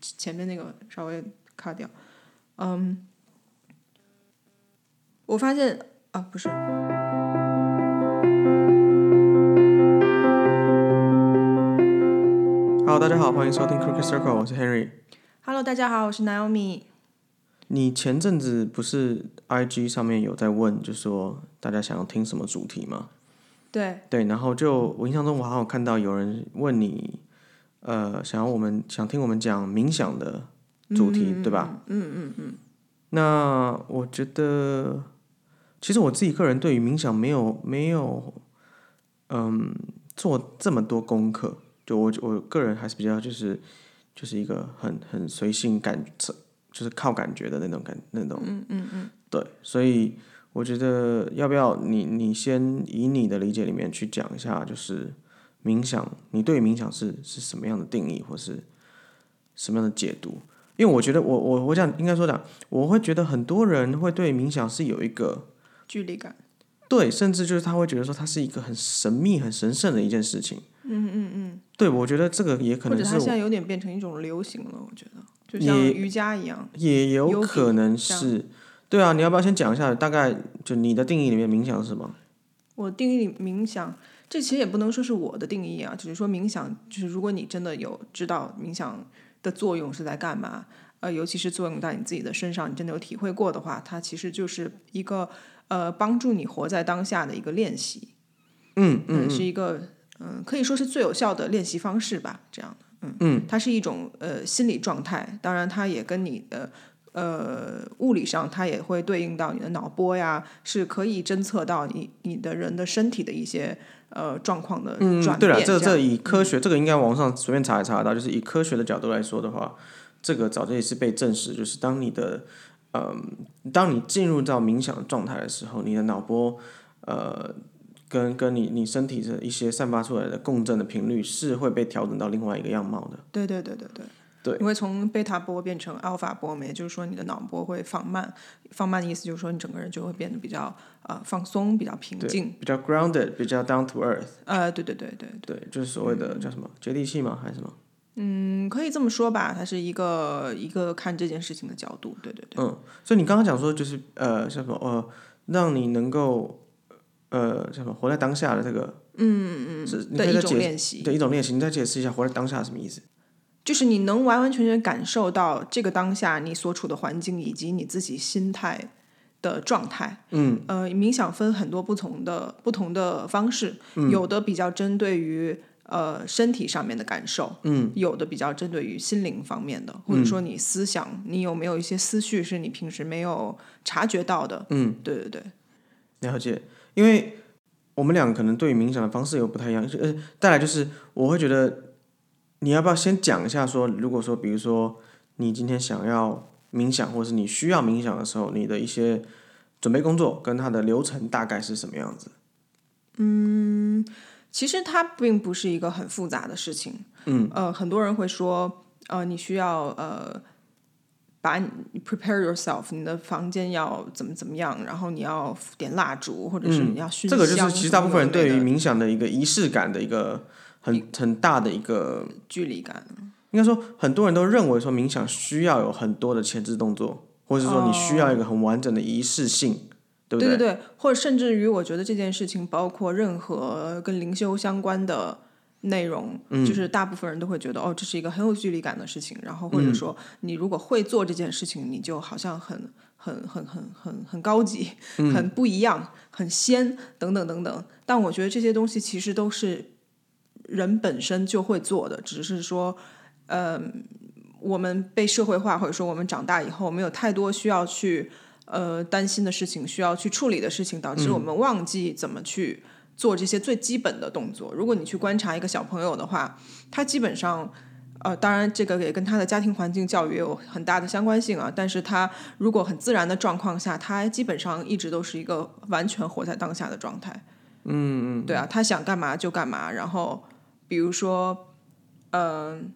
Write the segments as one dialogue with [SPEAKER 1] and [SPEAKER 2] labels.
[SPEAKER 1] 前面那个稍微卡掉。嗯，我发现啊，不是。
[SPEAKER 2] Hello，大家好，欢迎收听 Crooked Circle，我是 Henry。
[SPEAKER 1] Hello，大家好，我是 Naomi。
[SPEAKER 2] 你前阵子不是 IG 上面有在问，就说大家想要听什么主题吗？
[SPEAKER 1] 对，
[SPEAKER 2] 对，嗯然后就我印象中，我好像有看到有人问你，呃，想要我们想听我们讲冥想的主题，对吧？嗯嗯嗯。那我觉得，其实我自己个人对于冥想没有没有，嗯，做这么多功课。就我我个人还是比较就是就是一个很很随性感，就是靠感觉的那种感那种。嗯嗯嗯。对，所以我觉得要不要你你先以你的理解里面去讲一下，就是冥想，你对冥想是是什么样的定义，或是什么样的解读？因为我觉得我我我讲应该说讲，我会觉得很多人会对冥想是有一个
[SPEAKER 1] 距离感。
[SPEAKER 2] 对，甚至就是他会觉得说它是一个很神秘、很神圣的一件事情。嗯嗯嗯。对，我觉得这个也可
[SPEAKER 1] 或
[SPEAKER 2] 能
[SPEAKER 1] 者它
[SPEAKER 2] 是
[SPEAKER 1] 现
[SPEAKER 2] 我
[SPEAKER 1] 在有点变成一种流行了，我觉得就像
[SPEAKER 2] 也
[SPEAKER 1] 瑜伽一样。
[SPEAKER 2] 也有
[SPEAKER 1] yogi
[SPEAKER 2] 可能
[SPEAKER 1] 这样
[SPEAKER 2] 是，对啊，你要不要先讲一下大概就你的定义里面冥想是什么？
[SPEAKER 1] 我定义冥想，这其实也不能说是我的定义啊，只是说冥想，就是如果你真的有知道冥想的作用是在干嘛，呃，尤其是作用在你自己的身上，你真的有体会过的话，它其实就是一个呃帮助你活在当下的一个练习，
[SPEAKER 2] 嗯嗯
[SPEAKER 1] 嗯，是一个嗯、可以说是最有效的练习方式吧，这样的，嗯
[SPEAKER 2] 嗯，
[SPEAKER 1] 它是一种呃心理状态，当然它也跟你的呃物理上，它也会对应到你的脑波呀，是可以侦测到你你的人的身体的一些呃状况的
[SPEAKER 2] 嗯
[SPEAKER 1] 转变。，
[SPEAKER 2] 对了，这
[SPEAKER 1] 样嗯
[SPEAKER 2] 这以科学，这个应该网上随便查也查得到。就是以科学的角度来说的话，这个早就也是被证实，就是当你的，嗯、当你进入到冥想的状态的时候，你的脑波，呃，跟跟你你身体的一些散发出来的共振的频率是会被调整到另外一个样貌的。
[SPEAKER 1] 对对对对对。
[SPEAKER 2] 对
[SPEAKER 1] 你会从贝塔波变成阿尔法波嘛？也就是说，你的脑波会放慢，放慢的意思就是说，你整个人就会变得比较呃放松，比较平
[SPEAKER 2] 对
[SPEAKER 1] 静。
[SPEAKER 2] 比较 grounded，比较 down to earth，
[SPEAKER 1] 呃，对对对对
[SPEAKER 2] 对，就是所谓的叫什么接地气吗？还是什么？
[SPEAKER 1] 嗯，可以这么说吧，它是一个一个看这件事情的角度，对对对，
[SPEAKER 2] 嗯，所以你刚刚讲说就是呃，像什么呃，让你能够呃，像什么活在当下的这个，嗯嗯，是你
[SPEAKER 1] 的
[SPEAKER 2] 可以再
[SPEAKER 1] 一种
[SPEAKER 2] 解
[SPEAKER 1] 练习，
[SPEAKER 2] 对一种练习，你再解释一下活在当下是什么意思？
[SPEAKER 1] 就是你能完完全全感受到这个当下你所处的环境以及你自己心态的状态。
[SPEAKER 2] 嗯，
[SPEAKER 1] 呃，冥想分很多不同的不同的方式，
[SPEAKER 2] 嗯
[SPEAKER 1] 有的比较针对于呃身体上面的感受，嗯，有的比较针对于心灵方面的，或者
[SPEAKER 2] 嗯
[SPEAKER 1] 说你思想，你有没有一些思绪是你平时没有察觉到的？嗯，对对对，
[SPEAKER 2] 了解，因为我们俩可能对于冥想的方式有不太一样，呃，再来就是我会觉得你要不要先讲一下说，如果说比如说你今天想要冥想，或是你需要冥想的时候，你的一些准备工作跟它的流程大概是什么样子？
[SPEAKER 1] 其实它并不是一个很复杂的事情。嗯，呃，很多人会说，呃，你需要呃，把你 prepare yourself，你的房间要怎么怎么样，然后你要点蜡烛，或者是你要熏
[SPEAKER 2] 嗯这
[SPEAKER 1] 香、
[SPEAKER 2] 个就是其实大部分人对于
[SPEAKER 1] 什么有的没
[SPEAKER 2] 冥想的一个仪式感的一个很很大的一个，
[SPEAKER 1] 的距离感，
[SPEAKER 2] 应该说很多人都认为说冥想需要有很多的前置动作，或者说你需要一个很完整的仪式性，对不
[SPEAKER 1] 哦对对，或者甚至于，我觉得这件事情包括任何跟灵修相关的内容，
[SPEAKER 2] 嗯
[SPEAKER 1] 就是大部分人都会觉得哦，这是一个很有距离感的事情。然后或者
[SPEAKER 2] 嗯
[SPEAKER 1] 说，你如果会做这件事情，你就好像很很很很很很高级、
[SPEAKER 2] 嗯
[SPEAKER 1] 很不一样、很仙等等等等。但我觉得这些东西其实都是人本身就会做的，只是说，呃，我们被社会化，或者说我们长大以后，没有太多需要去呃担心的事情，需要去处理的事情，导致我们忘记怎么去做这些最基本的动作。如果你去观察一个小朋友的话，他基本上。呃，当然，这个也跟他的家庭环境教育也有很大的相关性啊。但是他如果很自然的状况下，他基本上一直都是一个完全活在当下的状态。嗯嗯，对啊，他想干嘛就干嘛。然后，比如说，嗯、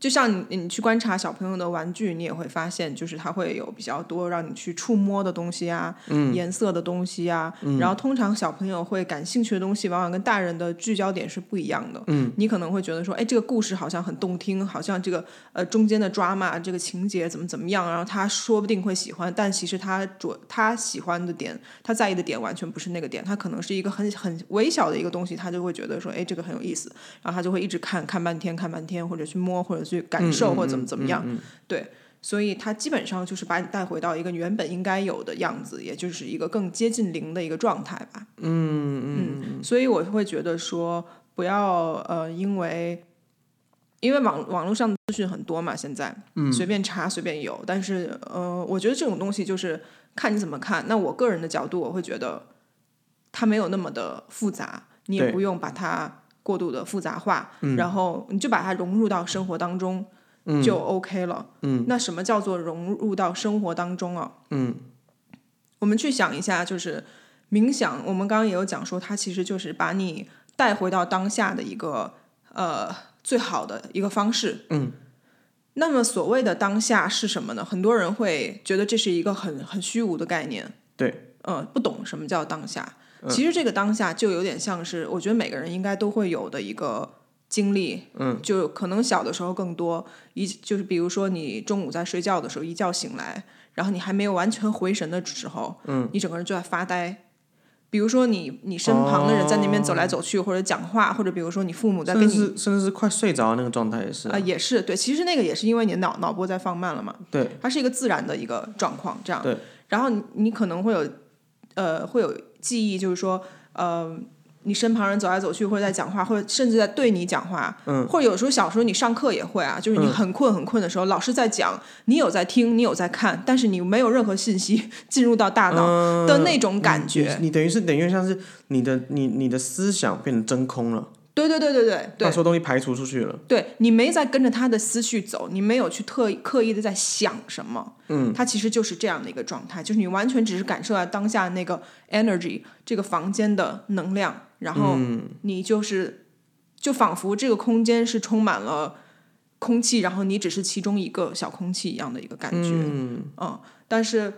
[SPEAKER 1] 就像你你去观察小朋友的玩具，你也会发现，就是它会有比较多让你去触摸的东西啊，颜色的东西啊。然后通常小朋友会感兴趣的东西，往往跟大人的聚焦点是不一样的。嗯，你可能会觉得说，哎，这个故事好像很动听，好像这个呃中间的 drama 这个情节怎么怎么样，然后他说不定会喜欢，但其实他着他喜欢的点，他在意的点完全不是那个点，他可能是一个很很微小的一个东西，他就会觉得说，哎，这个很有意思，然后他就会一直看看半天，看半天，或者去摸，或者去感受，或者怎么怎么样。对，所以它基本上就是把你带回到一个原本应该有的样子，也就是一个更接近零的一个状态吧。嗯嗯，所以我会觉得说，不要呃，因为因为网网络上的资讯很多嘛，现在、随便查随便有，但是呃，我觉得这种东西就是看你怎么看。那我个人的角度，我会觉得它没有那么的复杂，你也
[SPEAKER 2] 对
[SPEAKER 1] 不用把它过度的复杂化，然后你就把它融入到生活当中。就 OK 了。嗯，那什么叫做融入到生活当中啊？嗯，我们去想一下，就是冥想，我们刚刚也有讲说，它其实就是把你带回到当下的一个呃最好的一个方式。嗯。那么所谓的当下是什么呢？很多人会觉得这是一个很很虚无的概念，
[SPEAKER 2] 对，
[SPEAKER 1] 呃，不懂什么叫当下。其实这个当下就有点像是，我觉得每个人应该都会有的一个经历，嗯，就可能小的时候更多，一就是比如说你中午在睡觉的时候一觉醒来，然后你还没有完全回神的时候，嗯，你整个人就在发呆。比如说你你身旁的人在那边走来走去，或者讲话，或者比如说你父母在
[SPEAKER 2] 甚
[SPEAKER 1] 跟
[SPEAKER 2] 至
[SPEAKER 1] 你
[SPEAKER 2] 是甚至是快睡着的那个状态也是
[SPEAKER 1] 啊、，也是对，其实那个也是因为你的脑脑波在放慢了嘛，
[SPEAKER 2] 对，
[SPEAKER 1] 它是一个自然的一个状况，这样。
[SPEAKER 2] 对。
[SPEAKER 1] 然后你你可能会有，呃，会有记忆，就是说，呃，你身旁人走来走去，或者在讲话，或者甚至在对你讲话，嗯，或者有时候小时候你上课也会啊，就是你
[SPEAKER 2] 嗯
[SPEAKER 1] 很困很困的时候，老师在讲，你有在听，你有在看，但是你没有任何信息 进入到大
[SPEAKER 2] 嗯
[SPEAKER 1] 脑的那种感觉。
[SPEAKER 2] 你你等于是等于像是你的你你的思想变成真空了，
[SPEAKER 1] 对对对对对对
[SPEAKER 2] 把，所有东西排除出去了，
[SPEAKER 1] 对你没在跟着他的思绪走，你没有去特刻意的在想什么，嗯，它其实就是这样的一个状态，就是你完全只是感受到当下那个 energy 这个房间的能量，然后你就是、就仿佛这个空间是充满了空气，然后你只是其中一个小空气一样的一个感觉，嗯但是，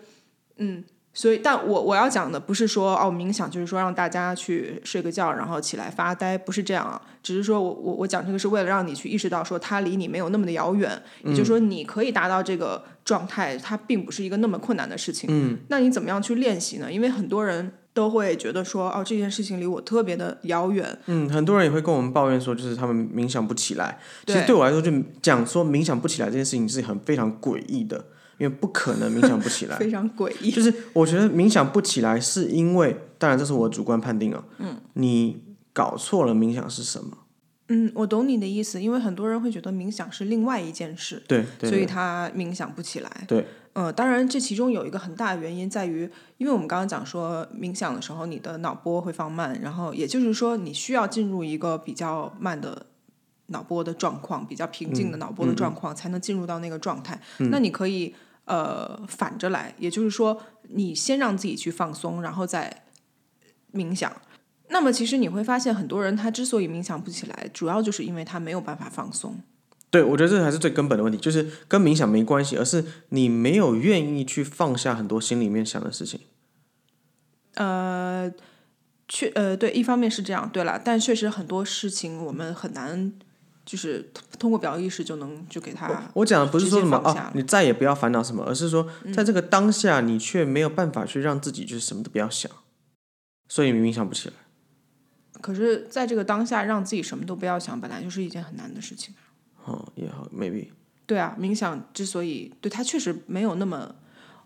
[SPEAKER 1] 嗯。所以，但我我要讲的不是说哦，冥想就是说让大家去睡个觉，然后起来发呆，不是这样啊。只是说我我我讲这个是为了让你去意识到，说它离你没有那么的遥远，也就是说
[SPEAKER 2] 嗯
[SPEAKER 1] 你可以达到这个状态，它并不是一个那么困难的事情。嗯，那你怎么样去练习呢？因为很多人都会觉得说，哦，这件事情离我特别的遥远。
[SPEAKER 2] 嗯，很多人也会跟我们抱怨说，就是他们冥想不起来。其实
[SPEAKER 1] 对
[SPEAKER 2] 对我来说，就讲说冥想不起来这件事情是很非常诡异的，因为不可能冥想不 起来。
[SPEAKER 1] 非常诡异。
[SPEAKER 2] 就是我觉得冥想不起来，是因为当然这是我主观判定啊，嗯，你搞错了冥想是什么？
[SPEAKER 1] 嗯，我懂你的意思，因为很多人会觉得冥想是另外一件事，
[SPEAKER 2] 对，对
[SPEAKER 1] 所以他冥想不起来。
[SPEAKER 2] 对，
[SPEAKER 1] 呃，当然，这其中有一个很大的原因在于，因为我们刚刚讲说冥想的时候，你的脑波会放慢，然后也就是说，你需要进入一个比较慢的脑波的状况，比较平静的脑波的状况，才能进入到那个状态。那你可以呃反着来，也就是说，你先让自己去放松，然后再冥想。那么其实你会发现，很多人他之所以冥想不起来，主要就是因为他没有办法放松。
[SPEAKER 2] 对，我觉得这才是最根本的问题，就是跟冥想没关系，而是你没有愿意去放下很多心里面想的事情。
[SPEAKER 1] 呃，确呃对，一方面是这样，对了，但确实很多事情我们很难，就是通通过表意识就能就给他，
[SPEAKER 2] 我讲的不是说什么
[SPEAKER 1] 啊直接放下嗯
[SPEAKER 2] 哦，你再也不要烦恼什么，而是说在这个当下，你却没有办法去让自己就是什么都不要想，所以冥想不起来。
[SPEAKER 1] 可是在这个当下让自己什么都不要想，本来就是一件很难的事情。
[SPEAKER 2] 哦，也好，maybe
[SPEAKER 1] 对啊，冥想之所以对它确实没有那么，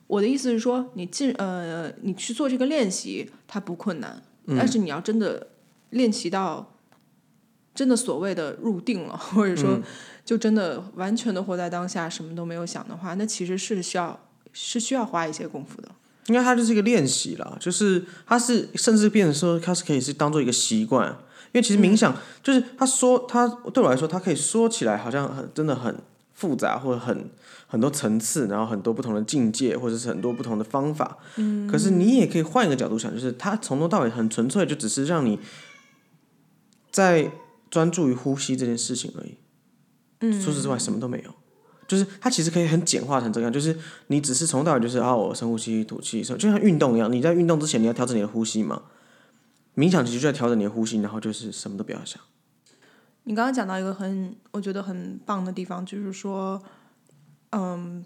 [SPEAKER 1] 我的意思是说，你进呃，你去做这个练习，它不困难，但是你要真的练习到真的所谓的入定了，或者说就真的完全的活在当下，什么都没有想的话，那其实是需要是需要花一些功夫的。
[SPEAKER 2] 应该它就是一个练习啦，就是它是甚至变成说它是可以是当做一个习惯，因为其实冥想、就是他说他对我来说，它可以说起来好像很真的很复杂或者很很多层次，然后很多不同的境界或者是很多不同的方法，嗯，可是你也可以换一个角度想，就是它从头到尾很纯粹，就只是让你在专注于呼吸这件事情而已。嗯，除此之外什么都没有。就是它其实可以很简化成这样，就是你只是从头到尾就是啊，我深呼吸、吐气，就像运动一样，你在运动之前你要调整你的呼吸嘛。冥想其实就在调整你的呼吸，然后就是什么都不要想。
[SPEAKER 1] 你刚刚讲到一个很，我觉得很棒的地方，就是说，嗯，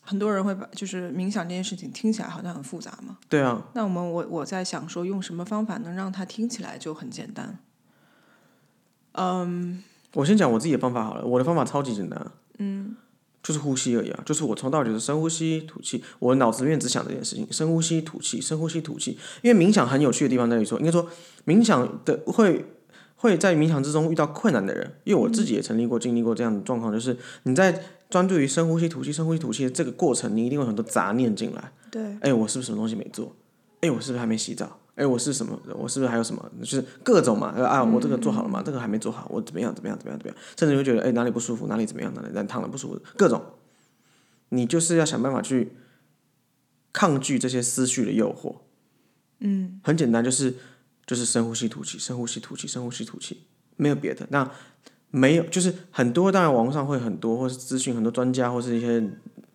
[SPEAKER 1] 很多人会把就是冥想这件事情听起来好像很复杂嘛。
[SPEAKER 2] 对啊，
[SPEAKER 1] 那我们我我在想说，用什么方法能让它听起来就很简单？嗯，
[SPEAKER 2] 我先讲我自己的方法好了，我的方法超级简单，嗯，就是呼吸而已啊，就是我从到底就是深呼吸吐气，我脑子里面只想这件事情，深呼吸吐气，深呼吸吐气。因为冥想很有趣的地方在于说，应该说冥想的会会在冥想之中遇到困难的人，因为我自己也经历过经历过这样的状况，就是你在专注于深呼吸吐气、深呼吸吐气的这个过程，你一定会有很多杂念进来，
[SPEAKER 1] 对，
[SPEAKER 2] 哎，我是不是什么东西没做？哎，我是不是还没洗澡？哎，我是什么？我是不是还有什么？就是各种嘛，呃啊，我这个做好了吗？这个还没做好，我怎么样？怎么样？怎么样？怎么样？甚至会觉得，哎，哪里不舒服？哪里怎么样？哪里哪里躺了不舒服？各种，你就是要想办法去抗拒这些思绪的诱惑。嗯，很简单，就是就是深呼吸吐气，深呼吸吐气，深呼吸吐气，没有别的。那没有，就是很多，当然网络上会很多，或是资讯很多专家，或是一些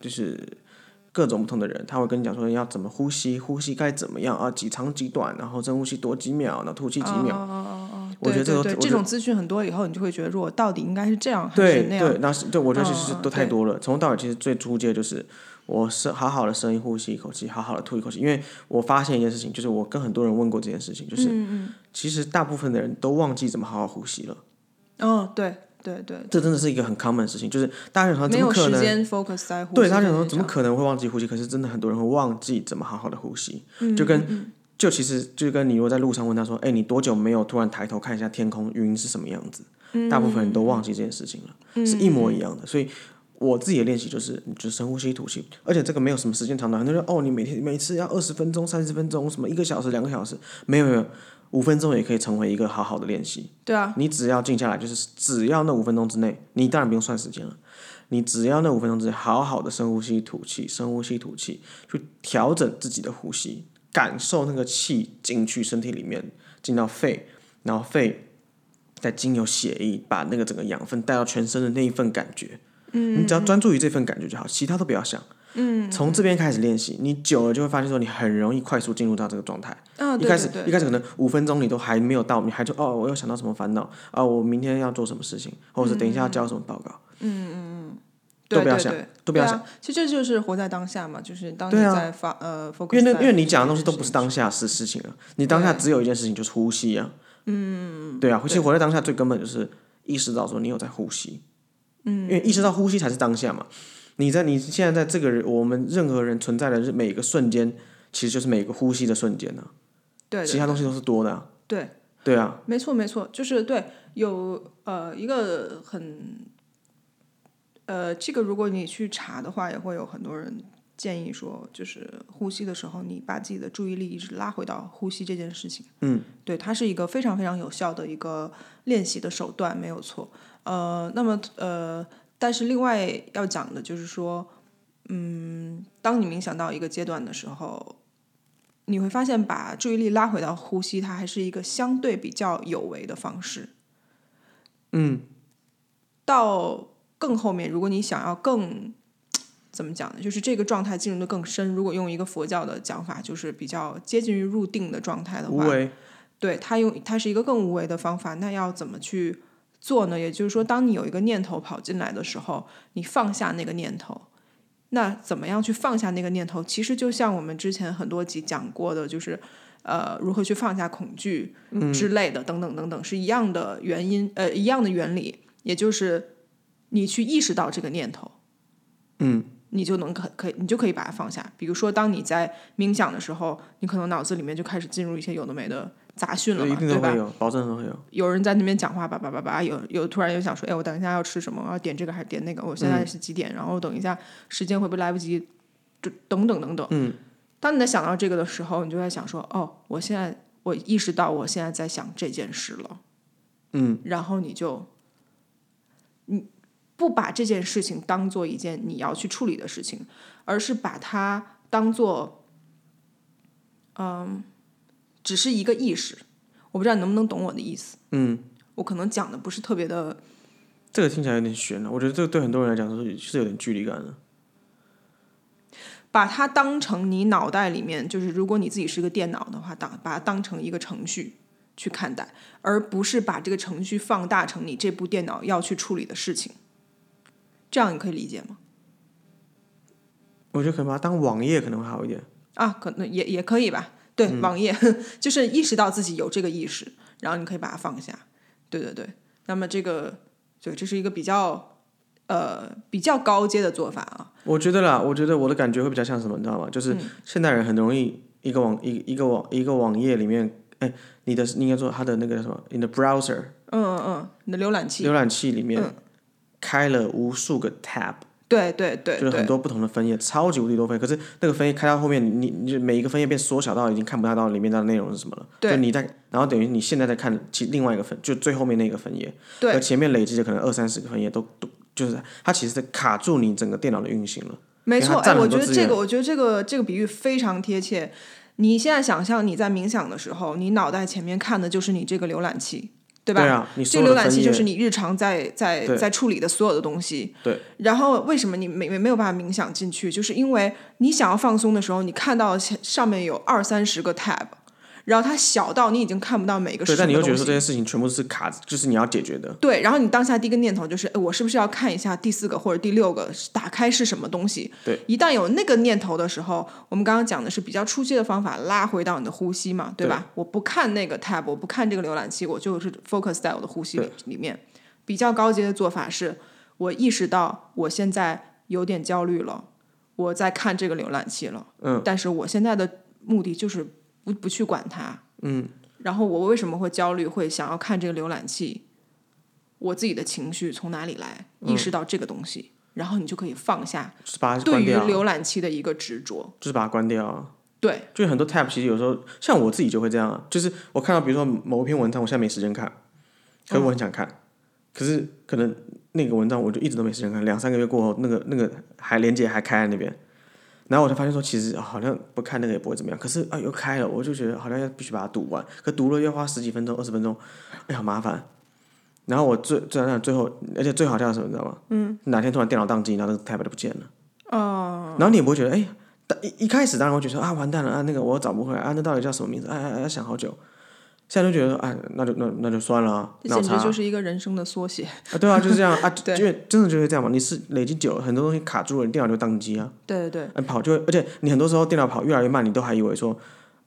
[SPEAKER 2] 就是各种不同的人，他会跟你讲说要怎么呼吸，呼吸该怎么样啊，几长几短，然后深呼吸多几秒，然后吐气几秒。
[SPEAKER 1] 哦
[SPEAKER 2] 我觉得这
[SPEAKER 1] 对
[SPEAKER 2] 个
[SPEAKER 1] 对对，
[SPEAKER 2] 我觉
[SPEAKER 1] 这种资讯很多以后，你就会觉得，如果到底应该是这样还
[SPEAKER 2] 对
[SPEAKER 1] 是那样？
[SPEAKER 2] 对，那是对我觉得其实
[SPEAKER 1] 嗯
[SPEAKER 2] 都太
[SPEAKER 1] 对
[SPEAKER 2] 多了。从头到尾其实最初阶就是我深好好的深一呼吸一口气，好好的吐一口气。因为我发现一件事情，就是我跟很多人问过这件事情，就是、
[SPEAKER 1] 嗯
[SPEAKER 2] 其实大部分的人都忘记怎么好好呼吸了。
[SPEAKER 1] 嗯，对对对，
[SPEAKER 2] 这真的是一个很 common 的事情，就是大家想说
[SPEAKER 1] 没
[SPEAKER 2] 怎么
[SPEAKER 1] 有
[SPEAKER 2] 可
[SPEAKER 1] 时
[SPEAKER 2] 能？
[SPEAKER 1] 间 focus 在呼吸
[SPEAKER 2] 对，大家
[SPEAKER 1] 这
[SPEAKER 2] 想说
[SPEAKER 1] 件
[SPEAKER 2] 怎么
[SPEAKER 1] 上
[SPEAKER 2] 可能会忘记呼吸？可是真的很多人会忘记怎么好好的呼吸，
[SPEAKER 1] 嗯
[SPEAKER 2] 就跟就其实就跟你如果在路上问他说，哎，你多久没有突然抬头看一下天空云是什么样子？大部分人都忘记这件事情了，
[SPEAKER 1] 嗯
[SPEAKER 2] 是一模一样的。所以我自己的练习就是，你就深呼吸、吐气，而且这个没有什么时间长短。很多人说哦，你每天每次要二十分钟、三十分钟，什么一个小时、两个小时，没有没有，五分钟也可以成为一个好好的练习。
[SPEAKER 1] 对啊，
[SPEAKER 2] 你只要静下来，就是只要那五分钟之内，你当然不用算时间了，你只要那五分钟之内，好好的深呼吸吐气，深呼吸吐气，去调整自己的呼吸，感受那个气进去身体里面，进到肺，然后肺再经由血液把那个整个养分带到全身的那一份感觉。嗯，你只要专注于这份感觉就好，其他都不要想。嗯，从这边开始练习，你久了就会发现说，你很容易快速进入到这个状态。
[SPEAKER 1] 嗯，
[SPEAKER 2] 一
[SPEAKER 1] 对
[SPEAKER 2] 开始
[SPEAKER 1] 对
[SPEAKER 2] 一
[SPEAKER 1] 对
[SPEAKER 2] 开始可能五分钟你都还没有到，你还就哦，我又想到什么烦恼啊，我明天要做什么事情，或者是等一
[SPEAKER 1] 嗯
[SPEAKER 2] 下要交什么报告，都
[SPEAKER 1] 对
[SPEAKER 2] 不要
[SPEAKER 1] 对
[SPEAKER 2] 想
[SPEAKER 1] 对
[SPEAKER 2] 都不要
[SPEAKER 1] 对啊其实这就是活在当下嘛，就是当你
[SPEAKER 2] 对啊
[SPEAKER 1] 在发、呃 focus，
[SPEAKER 2] 因为那
[SPEAKER 1] 在
[SPEAKER 2] 因为你讲的东西
[SPEAKER 1] 这
[SPEAKER 2] 都
[SPEAKER 1] 件
[SPEAKER 2] 不是
[SPEAKER 1] 事
[SPEAKER 2] 当下是事情啊，你当下
[SPEAKER 1] 对
[SPEAKER 2] 只有一件事情就是呼吸啊，嗯，对啊，其实活在当下最根本就是意识到说你有在呼吸，嗯，因为意识到呼吸才是当下嘛，你在你现在在这个人我们任何人存在的每一个瞬间，其实就是每个呼吸的瞬间啊，
[SPEAKER 1] 对对
[SPEAKER 2] 其他东西都是多的、啊，
[SPEAKER 1] 对，
[SPEAKER 2] 对啊，
[SPEAKER 1] 没错没错，就是对有呃一个很呃这个如果你去查的话，也会有很多人建议说，就是呼吸的时候，你把自己的注意力一直拉回到呼吸这件事情。嗯，对，它是一个非常非常有效的一个练习的手段，没有错。呃，那么呃，但是另外要讲的就是说，嗯，当你冥想到一个阶段的时候，你会发现把注意力拉回到呼吸，它还是一个相对比较有为的方式。
[SPEAKER 2] 嗯，
[SPEAKER 1] 到更后面，如果你想要更怎么讲呢，就是这个状态进入的更深，如果用一个佛教的讲法，就是比较接近于入定的状态的
[SPEAKER 2] 无
[SPEAKER 1] 话，
[SPEAKER 2] 为，
[SPEAKER 1] 对它用它是一个更无为的方法。那要怎么去做呢？也就是说，当你有一个念头跑进来的时候，你放下那个念头。那怎么样去放下那个念头？其实就像我们之前很多集讲过的，就是呃如何去放下恐惧
[SPEAKER 2] 嗯
[SPEAKER 1] 之类的，等等等等，是一样的原因，呃一样的原理，也就是你去意识到这个念头，嗯，你就能可可以你就可以把它放下。比如说，当你在冥想的时候，你可能脑子里面就开始进入一些有的没的杂讯了
[SPEAKER 2] 一
[SPEAKER 1] 嘛，
[SPEAKER 2] 定都
[SPEAKER 1] 对吧
[SPEAKER 2] 会？有，保证都会有。
[SPEAKER 1] 有人在那边讲话，叭叭叭叭，有有突然又想说，哎，我等一下要吃什么？我要点这个还是点那个？我现在是几点？然后等一下时间会不会来不及？就等等等等。嗯，当你在想到这个的时候，你就在想说，哦，我现在我意识到我现在在想这件事了。嗯，然后你就，你不把这件事情当做一件你要去处理的事情，而是把它当做，嗯，只是一个意识。我不知道你能不能懂我的意思。我可能讲的不是特别的
[SPEAKER 2] 这个听起来有点悬啊了、我觉得这个对很多人来讲是是有点距离感的。
[SPEAKER 1] 把它当成你脑袋里面，就是如果你自己是个电脑的话，当把它当成一个程序去看待，而不是把这个程序放大成你这部电脑要去处理的事情。这样你可以理解吗？
[SPEAKER 2] 我觉得可能把它当网页可能会好一点。
[SPEAKER 1] 啊，可能也也可以吧。对，
[SPEAKER 2] 嗯
[SPEAKER 1] 网页 就是意识到自己有这个意识，然后你可以把它放下。对对对，那么这个对，这是一个比较呃比较高阶的做法啊。
[SPEAKER 2] 我觉得啦，我觉得我的感觉会比较像什么，你知道吗？
[SPEAKER 1] 嗯
[SPEAKER 2] 就是现代人很容易一个网一一个网一个网页里面，哎，你的你应该说它的那个什么，你的 browser
[SPEAKER 1] 嗯嗯嗯，你的浏览器，嗯
[SPEAKER 2] 浏览器里面开了无数个 tab，
[SPEAKER 1] 对对对
[SPEAKER 2] 就是很
[SPEAKER 1] 对
[SPEAKER 2] 多不同的分页，超级无敌多分页。可是那个分页开到后面，你你就每一个分页被缩小到已经看不太到里面的内容是什么了。
[SPEAKER 1] 对
[SPEAKER 2] 就你在，然后等于你现在在看其另外一个分，就最后面那个分页，而
[SPEAKER 1] 对
[SPEAKER 2] 前面累积的可能二三十个分页都都就是它其实在卡住你整个电脑的运行了。
[SPEAKER 1] 没
[SPEAKER 2] 因
[SPEAKER 1] 错。
[SPEAKER 2] 为它
[SPEAKER 1] 哎，
[SPEAKER 2] 占
[SPEAKER 1] 我
[SPEAKER 2] 了很
[SPEAKER 1] 觉
[SPEAKER 2] 多
[SPEAKER 1] 得
[SPEAKER 2] 资
[SPEAKER 1] 这
[SPEAKER 2] 源
[SPEAKER 1] 个，我觉得这个这个比喻非常贴切。你现在想象你在冥想的时候，你脑袋前面看的就是你这个浏览器，对吧？
[SPEAKER 2] 啊，你
[SPEAKER 1] 这
[SPEAKER 2] 所
[SPEAKER 1] 个
[SPEAKER 2] 有
[SPEAKER 1] 浏
[SPEAKER 2] 的
[SPEAKER 1] 览
[SPEAKER 2] 分
[SPEAKER 1] 器
[SPEAKER 2] 页
[SPEAKER 1] 就是你日常在在
[SPEAKER 2] 对
[SPEAKER 1] 在处理的所有的东西。
[SPEAKER 2] 对。
[SPEAKER 1] 然后为什么你没没没有办法冥想进去？就是因为你想要放松的时候，你看到前上面有二三十个 tab，然后它小到你已经看不到每个是
[SPEAKER 2] 对，
[SPEAKER 1] 什
[SPEAKER 2] 但
[SPEAKER 1] 么
[SPEAKER 2] 你又
[SPEAKER 1] 东
[SPEAKER 2] 觉得
[SPEAKER 1] 西。
[SPEAKER 2] 说这些事情全部是卡，就是你要解决的。
[SPEAKER 1] 对，然后你当下第一个念头就是，哎，我是不是要看一下第四个或者第六个打开是什么东西？
[SPEAKER 2] 对，
[SPEAKER 1] 一旦有那个念头的时候，我们刚刚讲的是比较初阶的方法，拉回到你的呼吸嘛，对吧？我不看那个 tab，我不看这个浏览器，我就是 focus 在我的呼吸里里面。比较高阶的做法是，我意识到我现在有点焦虑了，我在看这个浏览器了，
[SPEAKER 2] 嗯，
[SPEAKER 1] 但是我现在的目的就是不不去管它，嗯。然后我为什么会焦虑，会想要看这个浏览器？我自己的情绪从哪里来，意识到这个东西，然后你就可以放下
[SPEAKER 2] 嗯就是把它
[SPEAKER 1] 对
[SPEAKER 2] 关
[SPEAKER 1] 于
[SPEAKER 2] 掉啊，
[SPEAKER 1] 浏览器的一个执着。
[SPEAKER 2] 就是把它关掉啊。
[SPEAKER 1] 对，
[SPEAKER 2] 就很多 tab 其实有时候，像我自己就会这样啊，就是我看到比如说某一篇文章，我现在没时间看，可是
[SPEAKER 1] 嗯
[SPEAKER 2] 我很想看，可是可能那个文章我就一直都没时间看，两三个月过后，那个那个还连接还开在那边，然后我就发现说，其实、啊好像不看那个也不会怎么样，可是啊又开了，我就觉得好像要必须把它读完，可读了又要花十几分钟、二十分钟，哎呀好麻烦。然后我最最最最后，而且最好笑的是什么，你知道吗？嗯。哪天突然电脑宕机，然后那个 tab 就不见了。哦。然后你也不会觉得，哎，但一一开始当然会觉得啊，完蛋了啊，那个我又找不回来啊，那到底叫什么名字？哎哎哎，要想好久。现在就觉得，哎，那就那那就算了啊，
[SPEAKER 1] 这
[SPEAKER 2] 脑
[SPEAKER 1] 简
[SPEAKER 2] 残
[SPEAKER 1] 直
[SPEAKER 2] 啊
[SPEAKER 1] 就是一个人生的缩写。
[SPEAKER 2] 啊，对啊，就是这样 啊，
[SPEAKER 1] 对
[SPEAKER 2] 因为真的就是这样嘛，你是累积久了，很多东西卡住了，你电脑就宕机啊，
[SPEAKER 1] 对对对，
[SPEAKER 2] 哎跑就会，而且你很多时候电脑跑越来越慢，你都还以为说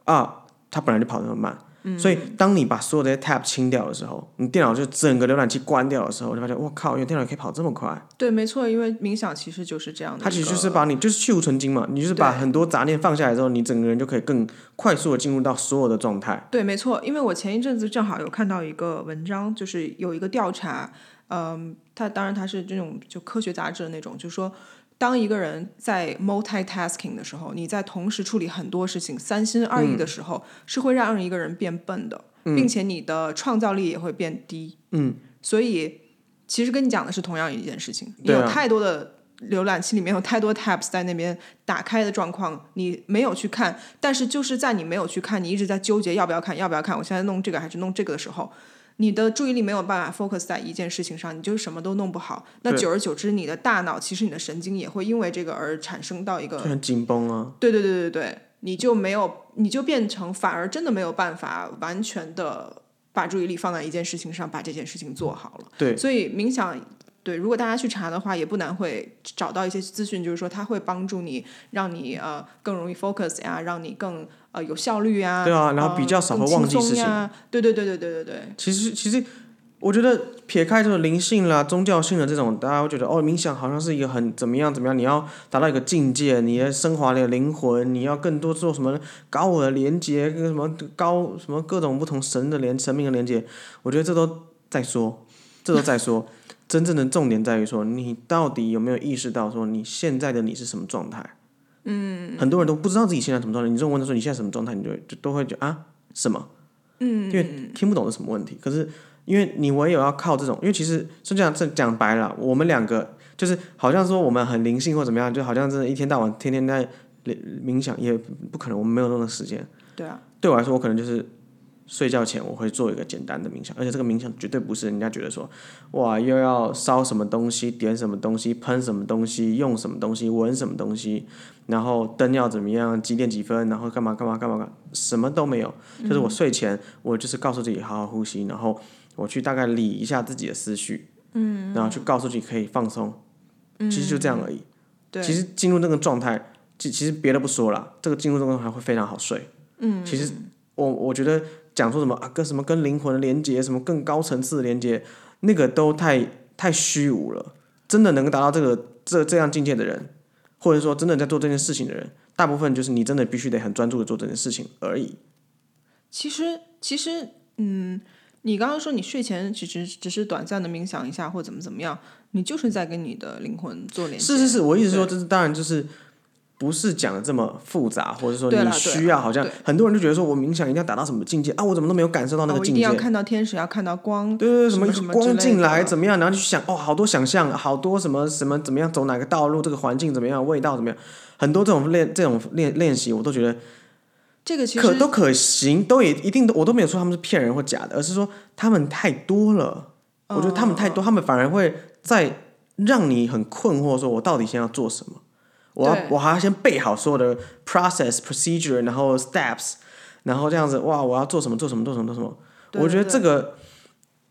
[SPEAKER 2] 啊，它本来就跑那么慢，
[SPEAKER 1] 嗯
[SPEAKER 2] 所以当你把所有的 tab 清掉的时候，你电脑就整个浏览器关掉的时候，你发现我靠，原来电脑可以跑这么快，
[SPEAKER 1] 对，没错，因为冥想其实就是这样的一个。
[SPEAKER 2] 它其实就是把你就是去无存精嘛，你就是把
[SPEAKER 1] 对
[SPEAKER 2] 很多杂念放下来之后，你整个人就可以更快速的进入到所有的状态，
[SPEAKER 1] 对，没错，因为我前一阵子正好有看到一个文章，就是有一个调查，嗯，它当然它是这种就科学杂志的那种，就说当一个人在 multitasking 的时候，你在同时处理很多事情，三心二意
[SPEAKER 2] 嗯
[SPEAKER 1] 的时候，是会让一个人变笨的，并且你的创造力也会变低。嗯，所以其实跟你讲的是同样一件事情，你
[SPEAKER 2] 对啊
[SPEAKER 1] 有太多的。浏览器里面有太多 tabs 在那边打开的状况，你没有去看，但是就是在你没有去看，你一直在纠结要不要看，要不要看，我现在弄这个还是弄这个的时候，你的注意力没有办法 focus 在一件事情上，你就是什么都弄不好。那
[SPEAKER 2] 对
[SPEAKER 1] 久而久之，你的大脑其实你的神经也会因为这个而产生到一个
[SPEAKER 2] 就，很紧绷啊。
[SPEAKER 1] 对对对对对，你就没有，你就变成反而真的没有办法完全的把注意力放在一件事情上，把这件事情做好了。
[SPEAKER 2] 对，
[SPEAKER 1] 所以冥想，对，如果大家去查的话，也不难会找到一些资讯，就是说它会帮助你，让你呃更容易 focus 呀，让你更呃有效率呀。
[SPEAKER 2] 对啊然后
[SPEAKER 1] 呃
[SPEAKER 2] 比较少
[SPEAKER 1] 更
[SPEAKER 2] 会忘
[SPEAKER 1] 轻
[SPEAKER 2] 记
[SPEAKER 1] 松
[SPEAKER 2] 事情
[SPEAKER 1] 呀。对对对对对对对，
[SPEAKER 2] 其实其实我觉得撇开这个灵性啦、宗教性的这种，大家会觉得哦，冥想好像是一个很怎么样怎么样，你要达到一个境界，你要升华你的啊灵魂，你要更多做什么高我的连接，跟什么高什么各种不同神的连神明的连接，我觉得这都在说，这都在说。真正的重点在于说，你到底有没有意识到说你现在的你是什么状态？嗯，很多人都不知道自己现在什么状态。你这种问他说你现在什么状态，你就就都会觉得啊什么？嗯，因为听不懂是什么问题。可是因为你唯有要靠这种，因为其实就这样，这讲白了，我们两个就是好像说我们很灵性或怎么样，就好像真的一天到晚天天在冥冥想，也不可能，我们没有那种时间。
[SPEAKER 1] 对啊，
[SPEAKER 2] 对我来说，我可能就是睡觉前我会做一个简单的冥想，而且这个冥想绝对不是人家觉得说，哇，又要烧什么东西，点什么东西，喷什么东西，用什么东西，闻什么东西，然后灯要怎么样，几点几分，然后干嘛干嘛干嘛干嘛，什么都没有。就是我睡前，我就是告诉自己好好呼吸，然后我去大概理一下自己的思绪，嗯，然后去告诉自己可以放松，其实就这样而已。
[SPEAKER 1] 对，
[SPEAKER 2] 其实进入那个状态，其其实别的不说啦，这个进入这个状态会非常好睡。嗯，其实我我觉得讲说什么啊，跟什么跟灵魂的连接，什么更高层次的连接，那个都太太虚无了。真的能够达到这个这这样境界的人，或者说真的在做这件事情的人，大部分就是你真的必须得很专注的做这件事情而已。
[SPEAKER 1] 其实其实嗯，你刚刚说你睡前只只只是短暂的冥想一下或怎么怎么样，你就是在跟你的灵魂做连接。
[SPEAKER 2] 是是是，我意思说，就是当然就是不是讲的这么复杂，或者说
[SPEAKER 1] 对啦
[SPEAKER 2] 你
[SPEAKER 1] 对啦
[SPEAKER 2] 需要好像
[SPEAKER 1] 对
[SPEAKER 2] 很多人就觉得说我冥想一定要达到什么境界啊，我怎么都没有感受到
[SPEAKER 1] 啊
[SPEAKER 2] 那个
[SPEAKER 1] 我一
[SPEAKER 2] 境界。
[SPEAKER 1] 定要看到天使，要看到光，
[SPEAKER 2] 对对
[SPEAKER 1] 什
[SPEAKER 2] 对，什
[SPEAKER 1] 么
[SPEAKER 2] 么
[SPEAKER 1] 什么之
[SPEAKER 2] 光
[SPEAKER 1] 类
[SPEAKER 2] 进
[SPEAKER 1] 的
[SPEAKER 2] 来怎么样，然后就去想哦，好多想象，好多什么什么怎么样，走哪个道路，这个环境怎么样，味道怎么样，很多这种练这种练练习，我都觉得
[SPEAKER 1] 这个其
[SPEAKER 2] 可
[SPEAKER 1] 实
[SPEAKER 2] 都可行，都也一定都我都没有说他们是骗人或假的，而是说他们太多了，我
[SPEAKER 1] 呃
[SPEAKER 2] 觉得他们太
[SPEAKER 1] 哦
[SPEAKER 2] 多，他们反而会在让你很困惑，说我到底先要做什么。我要
[SPEAKER 1] 对
[SPEAKER 2] 我还要先备好所有的 process procedure，然后 steps，然后这样子哇，我要做什么做什么做什么做什么。
[SPEAKER 1] 对
[SPEAKER 2] 我觉得
[SPEAKER 1] 对
[SPEAKER 2] 这个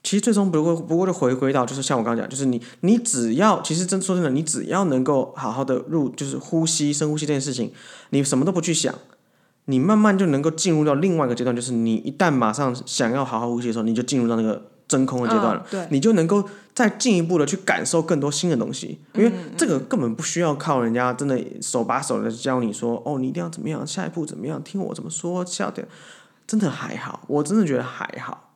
[SPEAKER 2] 其实最终不过不过就回归到就是像我刚刚讲，就是你你只要其实真说真的，你只要能够好好的入就是呼吸深呼吸这件事情，你什么都不去想，你慢慢就能够进入到另外一个阶段，就是你一旦马上想要好好呼吸的时候，你就进入到那个真空的阶段了。
[SPEAKER 1] 嗯对，
[SPEAKER 2] 你就能够再进一步的去感受更多新的东西，因为这个根本不需要靠人家真的手把手的教你说，哦，你一定要怎么样，下一步怎么样，听我怎么说，下点真的还好，我真的觉得还好，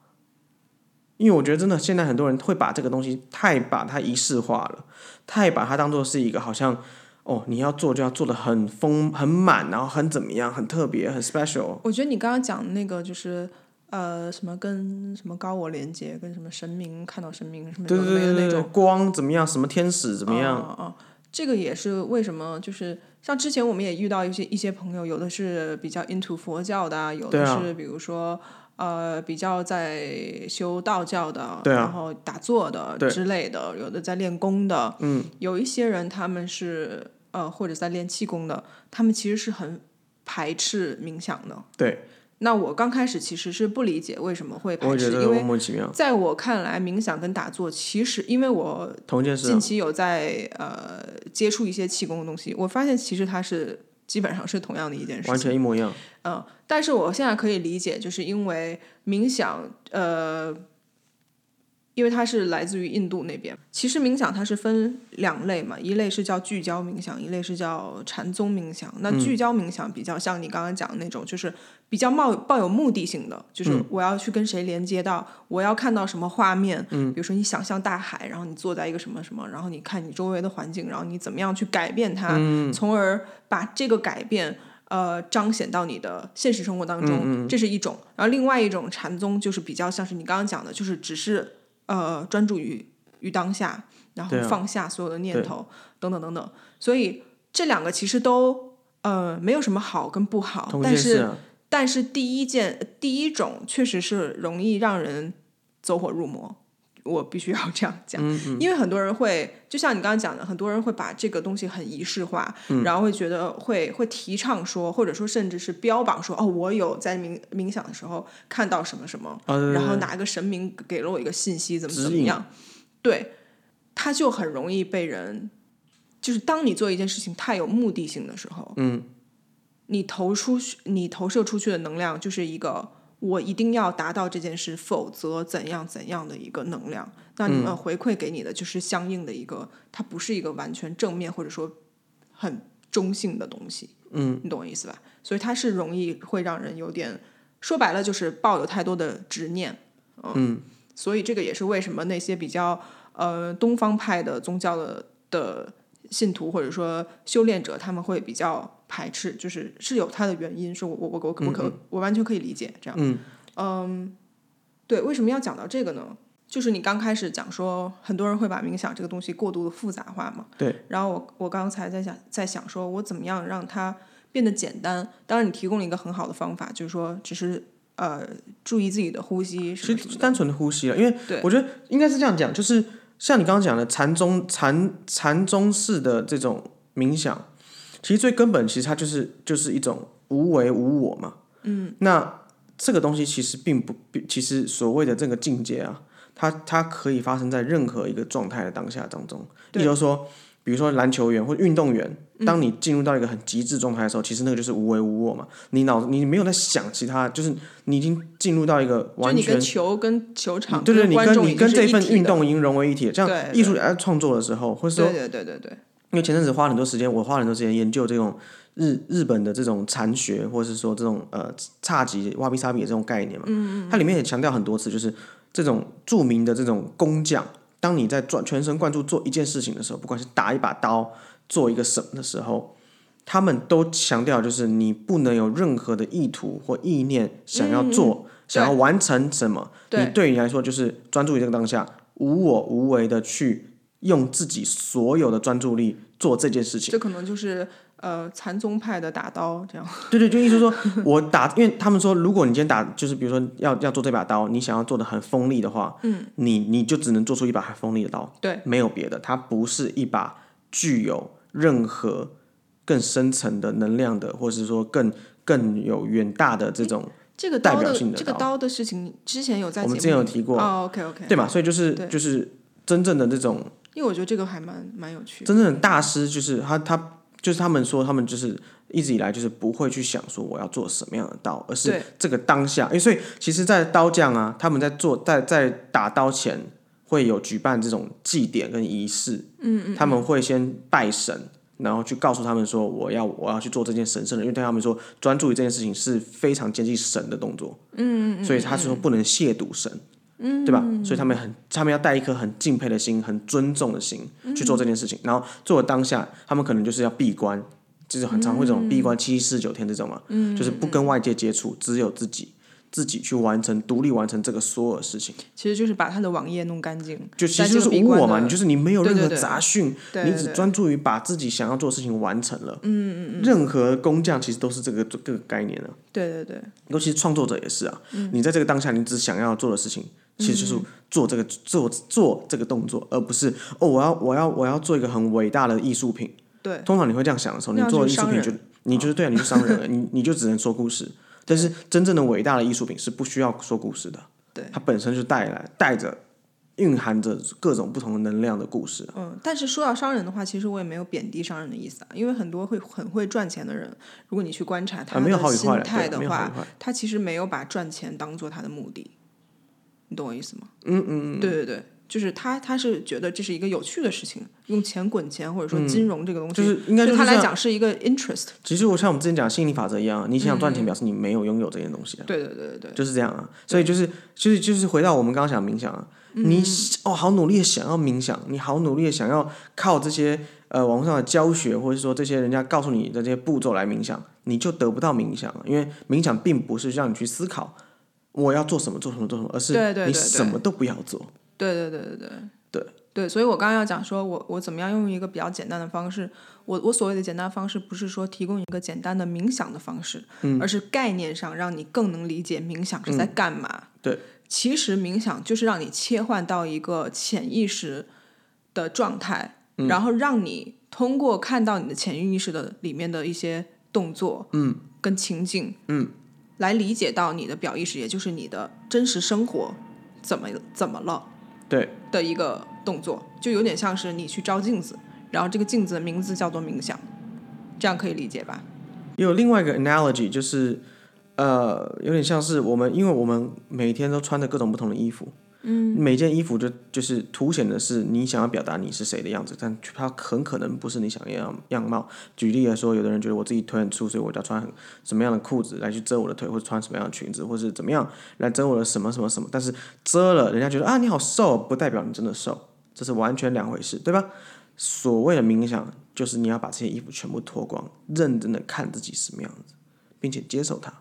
[SPEAKER 2] 因为我觉得真的现在很多人会把这个东西太把它仪式化了，太把它当做是一个好像。哦，你要做就要做的很丰很满，然后很怎么样，很特别，很 special。
[SPEAKER 1] 我觉得你刚刚讲的那个就是呃什么跟什么高我连接，跟什么神明看到神明什么
[SPEAKER 2] 对
[SPEAKER 1] 有的
[SPEAKER 2] 对
[SPEAKER 1] 没的
[SPEAKER 2] 对对
[SPEAKER 1] 那
[SPEAKER 2] 对
[SPEAKER 1] 种，，
[SPEAKER 2] 光怎么样，什么天使怎么样，
[SPEAKER 1] 哦哦哦这个也是为什么就是像之前我们也遇到一些一些朋友，有的是比较 into 佛教的啊，有
[SPEAKER 2] 对
[SPEAKER 1] 的
[SPEAKER 2] 啊
[SPEAKER 1] 是比如说。呃，比较在修道教的，
[SPEAKER 2] 对啊
[SPEAKER 1] 然后打坐的
[SPEAKER 2] 对
[SPEAKER 1] 之类的，有的在练功的，嗯，有一些人他们是呃或者在练气功的，他们其实是很排斥冥想的。
[SPEAKER 2] 对，
[SPEAKER 1] 那我刚开始其实是不理解为什么会
[SPEAKER 2] 我
[SPEAKER 1] 排
[SPEAKER 2] 也觉
[SPEAKER 1] 斥，
[SPEAKER 2] 得
[SPEAKER 1] 因
[SPEAKER 2] 莫
[SPEAKER 1] 为
[SPEAKER 2] 名其妙。
[SPEAKER 1] 在我看来，冥想跟打坐其实，因为我
[SPEAKER 2] 同一件事、
[SPEAKER 1] 近
[SPEAKER 2] 啊，
[SPEAKER 1] 期有在呃接触一些气功的东西，我发现其实它是基本上是同样的一件事
[SPEAKER 2] 完
[SPEAKER 1] 情。
[SPEAKER 2] 全一模一样。
[SPEAKER 1] 嗯，但是我现在可以理解，就是因为冥想，呃，因为它是来自于印度那边。其实冥想它是分两类嘛，一类是叫聚焦冥想，一类是叫禅宗冥想。那
[SPEAKER 2] 嗯
[SPEAKER 1] 聚焦冥想比较像你刚刚讲的那种，就是比较冒抱有目的性的，就是
[SPEAKER 2] 嗯
[SPEAKER 1] 我要去跟谁连接到，我要看到什么画面，嗯，比如说你想象大海，然后你坐在一个什么什么，然后你看你周围的环境，然后你怎么样去改变它，
[SPEAKER 2] 嗯
[SPEAKER 1] 从而把这个改变。呃，彰显到你的现实生活当中，
[SPEAKER 2] 嗯
[SPEAKER 1] 这是一种。然后另外一种禅宗就是比较像是你刚刚讲的，就是只是呃专注于于当下，然后
[SPEAKER 2] 对啊
[SPEAKER 1] 放下所有的念
[SPEAKER 2] 对
[SPEAKER 1] 头，等等等等。所以这两个其实都呃没有什么好跟不好，
[SPEAKER 2] 同一
[SPEAKER 1] 但
[SPEAKER 2] 件
[SPEAKER 1] 是
[SPEAKER 2] 事、啊，
[SPEAKER 1] 但是第一件第一种确实是容易让人走火入魔，我必须要这样讲，因为很多人会就像你刚刚讲的，很多人会把这个东西很仪式化，然后会觉得会会提倡说，或者说甚至是标榜说，哦，我有在冥冥想的时候看到什么什么，
[SPEAKER 2] 啊对对
[SPEAKER 1] 然后
[SPEAKER 2] 对
[SPEAKER 1] 哪个神明给了我一个信息，怎么
[SPEAKER 2] 指
[SPEAKER 1] 怎么
[SPEAKER 2] 引
[SPEAKER 1] 样，对，他就很容易被人，就是当你做一件事情太有目的性的时候，
[SPEAKER 2] 嗯，
[SPEAKER 1] 你投出去，你投射出去的能量就是一个我一定要达到这件事，否则怎样怎样的一个能量。那
[SPEAKER 2] 嗯
[SPEAKER 1] 你们回馈给你的就是相应的一个，它不是一个完全正面或者说很中性的东西。嗯，你懂我意思吧？所以它是容易会让人有点说白了就是抱有太多的执念。嗯，所以这个也是为什么那些比较呃东方派的宗教的的信徒或者说修炼者，他们会比较排斥，就是是有它的原因，是我我我我我
[SPEAKER 2] 嗯
[SPEAKER 1] 可我完全可以理解这样。嗯对，为什么要讲到这个呢？就是你刚开始讲说，很多人会把冥想这个东西过度的复杂化嘛。
[SPEAKER 2] 对。
[SPEAKER 1] 然后我我刚才在想，在想说我怎么样让它变得简单。当然，你提供了一个很好的方法，就是说只是呃注意自己的呼吸什
[SPEAKER 2] 其
[SPEAKER 1] 么什
[SPEAKER 2] 实
[SPEAKER 1] 么的。
[SPEAKER 2] 单纯的呼吸了，因为
[SPEAKER 1] 对
[SPEAKER 2] 我觉得应该是这样讲，就是像你刚刚讲的禅宗禅禅宗式的这种冥想，其实最根本其实它就是就是一种无为无我嘛。嗯，那这个东西其实并不，并其实所谓的这个境界啊，它它可以发生在任何一个状态的当下当中。也
[SPEAKER 1] 对嗯
[SPEAKER 2] 就是说，比如说篮球员或运动员，当你进入到一个很极致状态的时候，其实那个就是无为无我嘛。你脑你没有在想其他，就是你已经进入到一个
[SPEAKER 1] 就
[SPEAKER 2] 完
[SPEAKER 1] 你
[SPEAKER 2] 全
[SPEAKER 1] 跟球、跟球场、
[SPEAKER 2] 对对，你
[SPEAKER 1] 观
[SPEAKER 2] 跟
[SPEAKER 1] 众
[SPEAKER 2] 你
[SPEAKER 1] 已经
[SPEAKER 2] 跟
[SPEAKER 1] 是
[SPEAKER 2] 这
[SPEAKER 1] 一
[SPEAKER 2] 份
[SPEAKER 1] 体
[SPEAKER 2] 运
[SPEAKER 1] 的，
[SPEAKER 2] 动已经融为一体了。这
[SPEAKER 1] 对
[SPEAKER 2] 样
[SPEAKER 1] 对
[SPEAKER 2] 艺术家在创作的时候，或者说
[SPEAKER 1] 对对对对对，
[SPEAKER 2] 因为前阵子花很多时间，我花很多时间研究这种日日本的这种禅学，或者是说这种呃侘寂哇比萨比的这种概念嘛。嗯它里面也强调很多次，就是这种著名的这种工匠，当你在专全神贯注做一件事情的时候，不管是打一把刀、做一个什么的时候，他们都强调就是你不能有任何的意图或意念想要
[SPEAKER 1] 嗯
[SPEAKER 2] 做、想要完成什么。
[SPEAKER 1] 对
[SPEAKER 2] 你对你来说就是专注于这个当下，无我无为的去用自己所有的专注力做这件事情。
[SPEAKER 1] 这可能就是呃禅宗派的打刀这样。
[SPEAKER 2] 对对，就意思说 我打，因为他们说，如果你今天打，就是比如说要要做这把刀，你想要做的很锋利的话，嗯，你你就只能做出一把很锋利的刀，
[SPEAKER 1] 对，
[SPEAKER 2] 没有别的，它不是一把具有任何更深层的能量的，或是说更更有远大的这种，
[SPEAKER 1] 这个
[SPEAKER 2] 代
[SPEAKER 1] 刀
[SPEAKER 2] 表
[SPEAKER 1] 的
[SPEAKER 2] 性的
[SPEAKER 1] 这个
[SPEAKER 2] 刀
[SPEAKER 1] 刀的事情，之前有在
[SPEAKER 2] 我们
[SPEAKER 1] 节
[SPEAKER 2] 之前
[SPEAKER 1] 目
[SPEAKER 2] 有
[SPEAKER 1] 里
[SPEAKER 2] 提过
[SPEAKER 1] 哦，OK OK，
[SPEAKER 2] 对嘛？所以就是
[SPEAKER 1] 对
[SPEAKER 2] 就是真正的这种
[SPEAKER 1] 因为我觉得这个还蛮蛮有趣的。
[SPEAKER 2] 真正的大师就是他，他就是他们说，他们就是一直以来就是不会去想说我要做什么样的刀，而是
[SPEAKER 1] 对
[SPEAKER 2] 这个当下。诶，所以其实，在刀匠啊，他们在做在在打刀前会有举办这种祭典跟仪式，嗯嗯他们会先拜神。然后去告诉他们说，我要我要去做这件神圣的，因为对他们说，专注于这件事情是非常接近神的动作，嗯嗯所以嗯他是说不能亵渎神，对吧？所以他们很，他们要带一颗很敬佩的心、很尊重的心去做这件事情。然后做的当下，他们可能就是要闭关，就是很常会
[SPEAKER 1] 嗯
[SPEAKER 2] 这种闭关七四九天这种嘛，就是不跟外界接触，只有自己自己去完成、独立完成这个所有事情。
[SPEAKER 1] 其实就是把他的网页弄干净，
[SPEAKER 2] 就其
[SPEAKER 1] 在
[SPEAKER 2] 实
[SPEAKER 1] 这个
[SPEAKER 2] 就是
[SPEAKER 1] 闭
[SPEAKER 2] 无
[SPEAKER 1] 关
[SPEAKER 2] 我嘛，
[SPEAKER 1] 的
[SPEAKER 2] 你就是你没有任
[SPEAKER 1] 对
[SPEAKER 2] 何
[SPEAKER 1] 对对
[SPEAKER 2] 杂讯，
[SPEAKER 1] 对
[SPEAKER 2] 你
[SPEAKER 1] 对
[SPEAKER 2] 只
[SPEAKER 1] 对
[SPEAKER 2] 专注于把自己想要做的事情完成了。嗯嗯嗯，任何工匠其实都是这个这个概念的、啊
[SPEAKER 1] 对对对，
[SPEAKER 2] 尤其是创作者也是啊，
[SPEAKER 1] 嗯
[SPEAKER 2] 你在这个当下，你只想要做的事情，其实就是做这个、做做这个动作，而不是哦，我要我要我要做一个很伟大的艺术品。
[SPEAKER 1] 对，
[SPEAKER 2] 通常你会这样想的时候，你
[SPEAKER 1] 那样
[SPEAKER 2] 做
[SPEAKER 1] 就嗯
[SPEAKER 2] 艺
[SPEAKER 1] 是
[SPEAKER 2] 术
[SPEAKER 1] 商
[SPEAKER 2] 品你就你就是对啊，你就商人了，你你就只能说故事。但是真正的伟大的艺术品是不需要说故事的，
[SPEAKER 1] 对
[SPEAKER 2] 它本身就带来带着蕴含着各种不同的能量的故事。
[SPEAKER 1] 嗯，但是说到商人的话，其实我也没有贬低商人的意思啊，因为很多会很会赚钱的人，如果你去观察
[SPEAKER 2] 啊，
[SPEAKER 1] 他
[SPEAKER 2] 没有
[SPEAKER 1] 的
[SPEAKER 2] 好与
[SPEAKER 1] 心
[SPEAKER 2] 坏了，
[SPEAKER 1] 态
[SPEAKER 2] 对，
[SPEAKER 1] 的
[SPEAKER 2] 没有好
[SPEAKER 1] 话
[SPEAKER 2] 与，坏。
[SPEAKER 1] 他其实没有把赚钱当做他的目的，你懂我意思吗？嗯嗯嗯，对对对，就是他他是觉得这是一个有趣的事情，用钱滚钱，或者说金融这个东西，
[SPEAKER 2] 嗯就是应该就
[SPEAKER 1] 对
[SPEAKER 2] 是
[SPEAKER 1] 他
[SPEAKER 2] 这
[SPEAKER 1] 来
[SPEAKER 2] 样
[SPEAKER 1] 讲是一个 interest，
[SPEAKER 2] 其实我像我们之前讲吸引力法则一样，你想赚
[SPEAKER 1] 嗯
[SPEAKER 2] 钱，表示你没有拥有这件东西啊。
[SPEAKER 1] 对对对对对，
[SPEAKER 2] 就是这样啊。所以就是就是就是回到我们刚刚讲的冥想啊，
[SPEAKER 1] 嗯
[SPEAKER 2] 你哦好努力的想要冥想，你好努力的想要靠这些呃网络上的教学，或者是说这些人家告诉你的这些步骤来冥想，你就得不到冥想了，因为冥想并不是让你去思考我要做什么做什么做什么，
[SPEAKER 1] 对
[SPEAKER 2] 而是
[SPEAKER 1] 对对对
[SPEAKER 2] 你什么都不要做。
[SPEAKER 1] 对对对对对
[SPEAKER 2] 对
[SPEAKER 1] 对，所以我刚刚要讲说我我怎么样用一个比较简单的方式，我我所谓的简单方式不是说提供一个简单的冥想的方式，而是概念上让你更能理解冥想是在干嘛。
[SPEAKER 2] 对，
[SPEAKER 1] 其实冥想就是让你切换到一个潜意识的状态，然后让你通过看到你的潜意识的里面的一些动作，嗯，跟情境，嗯，来理解到你的表意识，也就是你的真实生活怎么怎么了。
[SPEAKER 2] 对，
[SPEAKER 1] 的一个动作，就有点像是你去照镜子，然后这个镜子的名字叫做冥想，这样可以理解吧？
[SPEAKER 2] 也有另外一个 analogy 就是。呃，有点像是我们，因为我们每天都穿着各种不同的衣服，嗯，每件衣服就就是凸显的是你想要表达你是谁的样子，但它很可能不是你想要样样貌。举例来说，有的人觉得我自己腿很粗，所以我就要穿很什么样的裤子来去遮我的腿，或者穿什么样的裙子，或是怎么样来遮我的什么什么什么。但是遮了，人家觉得啊你好瘦，不代表你真的瘦，这是完全两回事，对吧？所谓的冥想，就是你要把这些衣服全部脱光，认真的看自己什么样子，并且接受它。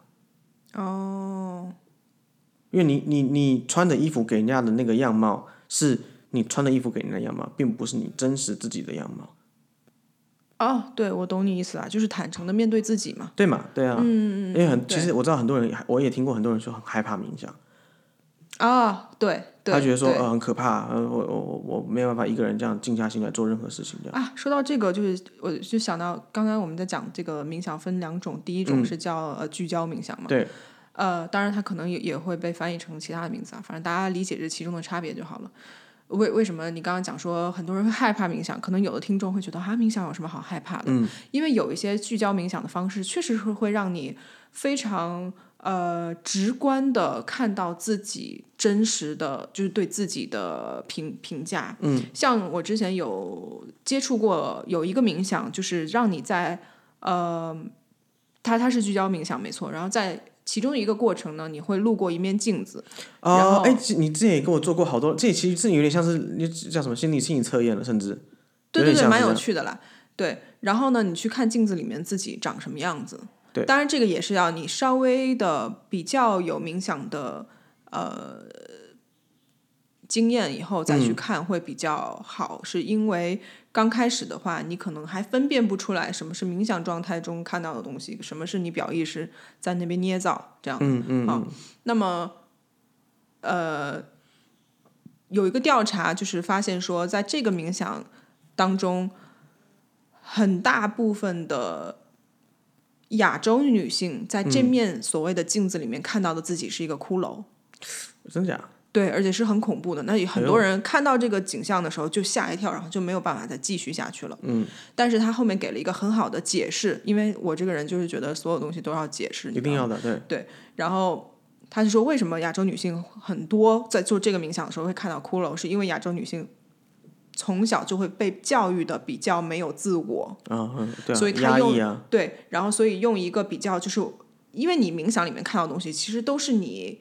[SPEAKER 1] 哦，
[SPEAKER 2] 因为你你你穿的衣服给人家的那个样貌，是你穿的衣服给人家的样貌，并不是你真实自己的样貌。
[SPEAKER 1] 哦，对，我懂你意思啦，就是坦诚的面对自己嘛。
[SPEAKER 2] 对嘛？对啊，
[SPEAKER 1] 嗯嗯嗯
[SPEAKER 2] 因为很其
[SPEAKER 1] 对
[SPEAKER 2] 实我知道很多人，我也听过很多人说很害怕冥想，
[SPEAKER 1] 啊，对，对
[SPEAKER 2] 他觉得说
[SPEAKER 1] 对
[SPEAKER 2] 呃很可怕，呃我我我我没有办法一个人这样静下心来做任何事情这样。
[SPEAKER 1] 啊，说到这个，就是我就想到刚才我们在讲这个冥想分两种，第一种
[SPEAKER 2] 嗯
[SPEAKER 1] 是叫、呃聚焦冥想嘛，
[SPEAKER 2] 对，
[SPEAKER 1] 呃，当然它可能也也会被翻译成其他的名字啊，反正大家理解这其中的差别就好了。为为什么你刚刚讲说很多人会害怕冥想？可能有的听众会觉得啊，冥想有什么好害怕的？
[SPEAKER 2] 嗯
[SPEAKER 1] 因为有一些聚焦冥想的方式，确实是会让你非常呃直观的看到自己真实的，就是对自己的评评价。
[SPEAKER 2] 嗯，
[SPEAKER 1] 像我之前有接触过有一个冥想，就是让你在呃，它它是聚焦冥想没错，然后在其中一个过程呢，你会路过一面镜子，然
[SPEAKER 2] 哦
[SPEAKER 1] 后，
[SPEAKER 2] 哎，其你之前也跟我做过好多，这其实是有点像是叫什么心理心理测验了，甚至
[SPEAKER 1] 对对
[SPEAKER 2] 有点
[SPEAKER 1] 对，
[SPEAKER 2] 像
[SPEAKER 1] 蛮
[SPEAKER 2] 是这
[SPEAKER 1] 有
[SPEAKER 2] 样
[SPEAKER 1] 趣的啦。对，然后呢，你去看镜子里面自己长什么样子。
[SPEAKER 2] 对
[SPEAKER 1] 当然这个也是要你稍微的比较有冥想的呃经验以后再去看会比较好，是因为刚开始的话，你可能还分辨不出来什么是冥想状态中看到的东西，什么是你表意识在那边捏造这样子。
[SPEAKER 2] 嗯嗯
[SPEAKER 1] 好，那么，呃，有一个调查就是发现说，在这个冥想当中，很大部分的亚洲女性在
[SPEAKER 2] 嗯
[SPEAKER 1] 这面所谓的镜子里面看到的自己是一个骷髅。
[SPEAKER 2] 真假？
[SPEAKER 1] 对，而且是很恐怖的。那也很
[SPEAKER 2] 哎
[SPEAKER 1] 多
[SPEAKER 2] 呦
[SPEAKER 1] 人看到这个景象的时候就吓一跳，然后就没有办法再继续下去了。嗯，但是他后面给了一个很好的解释，因为我这个人就是觉得所有东西都要解释，
[SPEAKER 2] 一定要的，对，
[SPEAKER 1] 然后他是说，为什么亚洲女性很多在做这个冥想的时候会看到骷髅，是因为亚洲女性从小就会被教育的比较没有自我，
[SPEAKER 2] 啊，嗯对啊，
[SPEAKER 1] 哦所以他
[SPEAKER 2] 压
[SPEAKER 1] 用
[SPEAKER 2] 抑啊，
[SPEAKER 1] 对，然后所以用一个比较，就是因为你冥想里面看到的东西，其实都是你。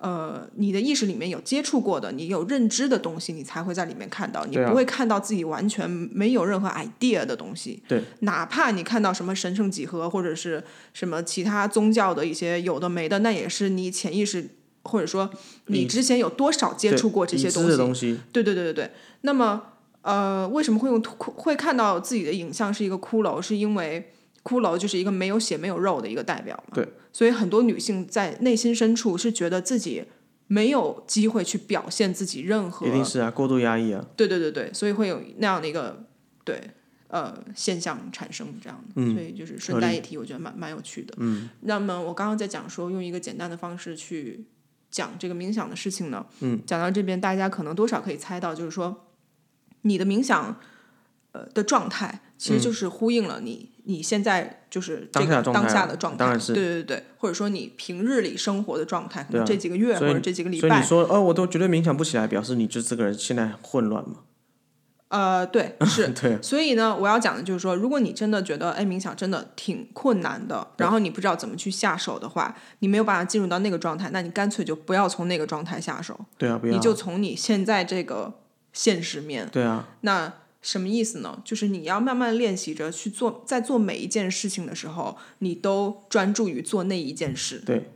[SPEAKER 1] 呃，你的意识里面有接触过的，你有认知的东西，你才会在里面看到，你
[SPEAKER 2] 对啊
[SPEAKER 1] 不会看到自己完全没有任何 idea 的东西。
[SPEAKER 2] 对，
[SPEAKER 1] 哪怕你看到什么神圣几何或者是什么其他宗教的一些有的没的，那也是你潜意识或者说你之前有多少接
[SPEAKER 2] 对
[SPEAKER 1] 触过这
[SPEAKER 2] 已
[SPEAKER 1] 些
[SPEAKER 2] 知
[SPEAKER 1] 东西
[SPEAKER 2] 的，东西，
[SPEAKER 1] 对对对对对。那么呃，为什么会用骷会看到自己的影像是一个骷髅？是因为骷髅就是一个没有血没有肉的一个代表嘛？
[SPEAKER 2] 对。
[SPEAKER 1] 所以很多女性在内心深处是觉得自己没有机会去表现自己任何
[SPEAKER 2] 一定是啊，过度压抑啊，
[SPEAKER 1] 对对对对，所以会有那样的一个对呃现象产生这样的，
[SPEAKER 2] 嗯
[SPEAKER 1] 所以就是顺带一提，我觉得蛮蛮有趣的。嗯，那么我刚刚在讲说用一个简单的方式去讲这个冥想的事情呢，嗯，讲到这边大家可能多少可以猜到，就是说你的冥想呃的状态其
[SPEAKER 2] 嗯
[SPEAKER 1] 实就是呼应了你、你现在就是这
[SPEAKER 2] 当下
[SPEAKER 1] 个
[SPEAKER 2] 的状态啊
[SPEAKER 1] 当下的状态，
[SPEAKER 2] 当然是
[SPEAKER 1] 对对对，或者说你平日里生活的状态，可
[SPEAKER 2] 对
[SPEAKER 1] 能
[SPEAKER 2] 啊
[SPEAKER 1] 这几个月或
[SPEAKER 2] 所以
[SPEAKER 1] 者这几个礼
[SPEAKER 2] 所以你
[SPEAKER 1] 拜，
[SPEAKER 2] 说哦，我都绝对冥想不起来，表示你就这个人现在很混乱嘛，
[SPEAKER 1] 呃，对，是
[SPEAKER 2] 对，啊
[SPEAKER 1] 所以呢，我要讲的就是说，如果你真的觉得哎冥想真的挺困难的，然后你不知道怎么去下手的话，你没有办法进入到那个状态，那你干脆就不要从那个状态下手，
[SPEAKER 2] 对啊，不要
[SPEAKER 1] 你
[SPEAKER 2] 啊，
[SPEAKER 1] 就从你现在这个现实面。
[SPEAKER 2] 对啊，
[SPEAKER 1] 那什么意思呢？就是你要慢慢练习着去做，在做每一件事情的时候，你都专注于做那一件事。
[SPEAKER 2] 对，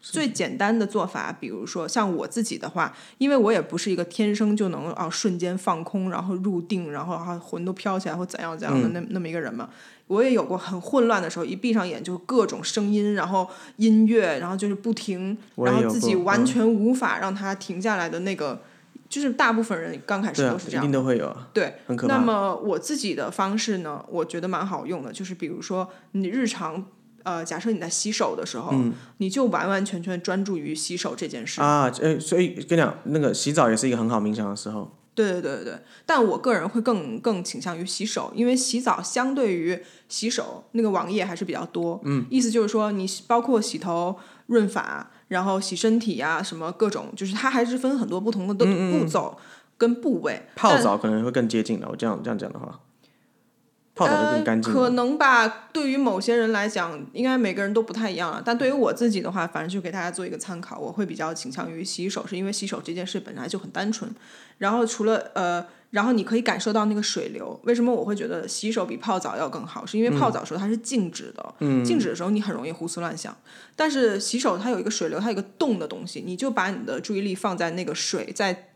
[SPEAKER 1] 最简单的做法，比如说像我自己的话，因为我也不是一个天生就能啊瞬间放空，然后入定，然后啊魂都飘起来或怎样怎样的
[SPEAKER 2] 嗯
[SPEAKER 1] 那、那么一个人嘛。我也有过很混乱的时候，一闭上眼就各种声音，然后音乐，然后就是不停，
[SPEAKER 2] 我也
[SPEAKER 1] 然后
[SPEAKER 2] 有
[SPEAKER 1] 自己
[SPEAKER 2] 过
[SPEAKER 1] 完
[SPEAKER 2] 嗯
[SPEAKER 1] 全无法让它停下来的那个，就是大部分人刚开始
[SPEAKER 2] 对
[SPEAKER 1] 都
[SPEAKER 2] 啊，
[SPEAKER 1] 是这
[SPEAKER 2] 一
[SPEAKER 1] 样
[SPEAKER 2] 定。都会有啊，
[SPEAKER 1] 对，
[SPEAKER 2] 很可
[SPEAKER 1] 那
[SPEAKER 2] 怕，
[SPEAKER 1] 么我自己的方式呢，我觉得蛮好用的，就是比如说你日常，呃，假设你在洗手的时候，你就完完全全专注于洗手这件事。
[SPEAKER 2] 嗯啊，哎，所以跟你讲，那个洗澡也是一个很好冥想的时候，
[SPEAKER 1] 对对对对对。但我个人会更更倾向于洗手，因为洗澡相对于洗手那个网页还是比较多。嗯，意思就是说你洗包括洗头、润发，然后洗身体啊，什么各种，就是它还是分很多不同的都步骤跟部位。
[SPEAKER 2] 嗯泡澡可能会更接近了，我这样这样讲的话，泡澡就更干净
[SPEAKER 1] 呃。可
[SPEAKER 2] 了，
[SPEAKER 1] 能吧，对于某些人来讲，应该每个人都不太一样了。但对于我自己的话，反正就给大家做一个参考，我会比较倾向于洗手，是因为洗手这件事本来就很单纯。然后除了呃，然后你可以感受到那个水流。为什么我会觉得洗手比泡澡要更好？是因为
[SPEAKER 2] 嗯
[SPEAKER 1] 泡澡的时候它是静止的，静止的时候你很容易胡思乱想。但是洗手它有一个水流，它有一个动的东西，你就把你的注意力放在那个水在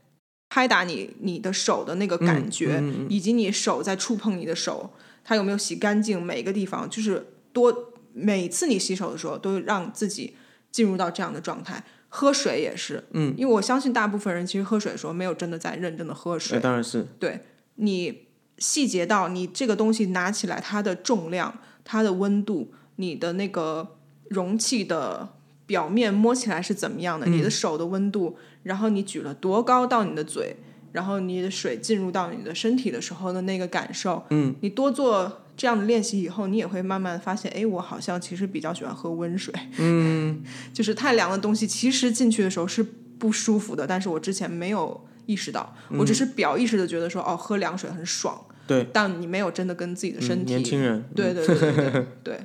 [SPEAKER 1] 拍打你你的手的那个感觉，以及你手在触碰你的手，它有没有洗干净每个地方，就是多每次你洗手的时候，都让自己进入到这样的状态。喝水也是，嗯，因为我相信大部分人其实喝水的时候没有真的在认真的喝
[SPEAKER 2] 哎，
[SPEAKER 1] 水，
[SPEAKER 2] 当然是，
[SPEAKER 1] 对你细节到你这个东西拿起来它的重量、它的温度、你的那个容器的表面摸起来是怎么样的，
[SPEAKER 2] 嗯
[SPEAKER 1] 你的手的温度，然后你举了多高到你的嘴，然后你的水进入到你的身体的时候的那个感受，嗯，你多做这样的练习以后，你也会慢慢发现，哎，我好像其实比较喜欢喝温水，嗯， 就是太凉的东西，其实进去的时候是不舒服的，但是我之前没有意识到，我只是表意识的觉得说，哦，喝凉水很爽，
[SPEAKER 2] 嗯对，
[SPEAKER 1] 但你没有真的跟自己的
[SPEAKER 2] 嗯
[SPEAKER 1] 身体
[SPEAKER 2] 年轻人，
[SPEAKER 1] 对对对对对对，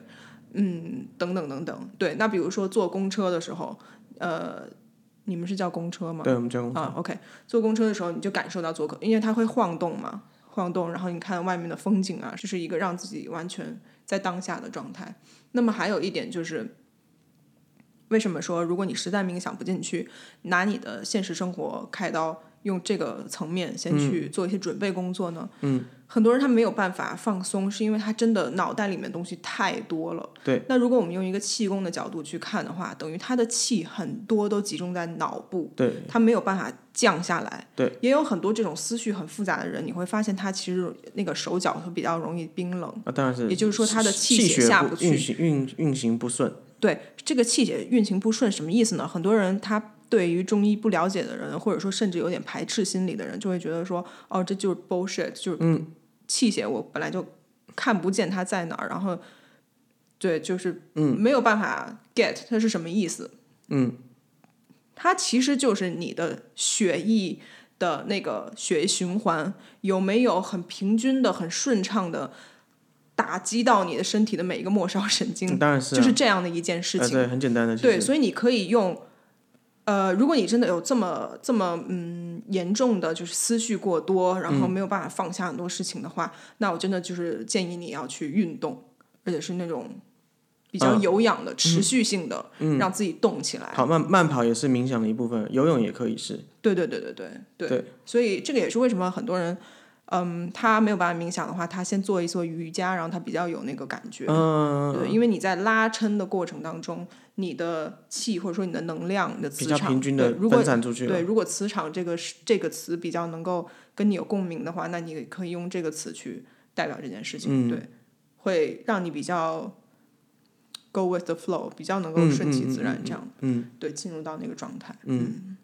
[SPEAKER 1] 嗯，等等等等，对。那比如说坐公车的时候，呃，你们是叫公车吗？
[SPEAKER 2] 对我们叫公
[SPEAKER 1] 啊，OK，坐公车的时候你就感受到坐客，因为它会晃动嘛，晃动，然后你看外面的风景啊，就是一个让自己完全在当下的状态。那么还有一点就是，为什么说如果你实在冥想不进去，拿你的现实生活开刀，用这个层面先去做一些准备工作呢？嗯，很多人他没有办法放松，是因为他真的脑袋里面东西太多了。
[SPEAKER 2] 对，
[SPEAKER 1] 那如果我们用一个气功的角度去看的话，等于他的气很多都集中在脑部。
[SPEAKER 2] 对，
[SPEAKER 1] 他没有办法降下来。
[SPEAKER 2] 对，
[SPEAKER 1] 也有很多这种思绪很复杂的人，你会发现他其实那个手脚会比较容易冰冷。
[SPEAKER 2] 啊，当然是，
[SPEAKER 1] 也就是说他的气
[SPEAKER 2] 气
[SPEAKER 1] 血
[SPEAKER 2] 血
[SPEAKER 1] 下不去
[SPEAKER 2] 运行运运行不顺，
[SPEAKER 1] 对，这个气血运行不顺什么意思呢？很多人他。对于中医不了解的人，或者说甚至有点排斥心理的人，就会觉得说，哦，这就是 bullshit，就是气血，我本来就看不见它在哪儿，然后对，就是没有办法 get 它是什么意思。嗯，它其实就是你的血液的那个血液循环有没有很平均的、很顺畅的打击到你的身体的每一个末梢神经。
[SPEAKER 2] 嗯当然是啊，
[SPEAKER 1] 就是这样的一件事
[SPEAKER 2] 啊
[SPEAKER 1] 情。
[SPEAKER 2] 对，很简单的，其
[SPEAKER 1] 对，
[SPEAKER 2] 实
[SPEAKER 1] 所以你可以用，呃，如果你真的有这么这么嗯严重的就是思绪过多，然
[SPEAKER 2] 嗯
[SPEAKER 1] 后没有办法放下很多事情的话，那我真的就是建议你要去运动，而且是那种比较
[SPEAKER 2] 啊嗯
[SPEAKER 1] 有氧的、持续性的，让自己动起来。
[SPEAKER 2] 跑慢慢跑也是冥想的一部分，游泳也可以是，
[SPEAKER 1] 对对对对对对
[SPEAKER 2] 对
[SPEAKER 1] 所以这个也是为什么很多人。嗯，他没有办法冥想的话，他先做一做瑜伽，然后他比较有那个感觉。
[SPEAKER 2] 嗯，
[SPEAKER 1] 对，因为你在拉伸的过程当中，你的气或者说你的能量、你的磁
[SPEAKER 2] 比较
[SPEAKER 1] 场
[SPEAKER 2] 平均
[SPEAKER 1] 对
[SPEAKER 2] 的
[SPEAKER 1] 如果
[SPEAKER 2] 分散出去了，
[SPEAKER 1] 对，如果磁场这个是这个词比较能够跟你有共鸣的话，那你可以用这个词去代表这件事
[SPEAKER 2] 嗯
[SPEAKER 1] 情，对，会让你比较 go with the flow，比较能够
[SPEAKER 2] 嗯
[SPEAKER 1] 顺其
[SPEAKER 2] 嗯
[SPEAKER 1] 自
[SPEAKER 2] 嗯
[SPEAKER 1] 然
[SPEAKER 2] 嗯
[SPEAKER 1] 这样，
[SPEAKER 2] 嗯，
[SPEAKER 1] 对，进入到那个状态，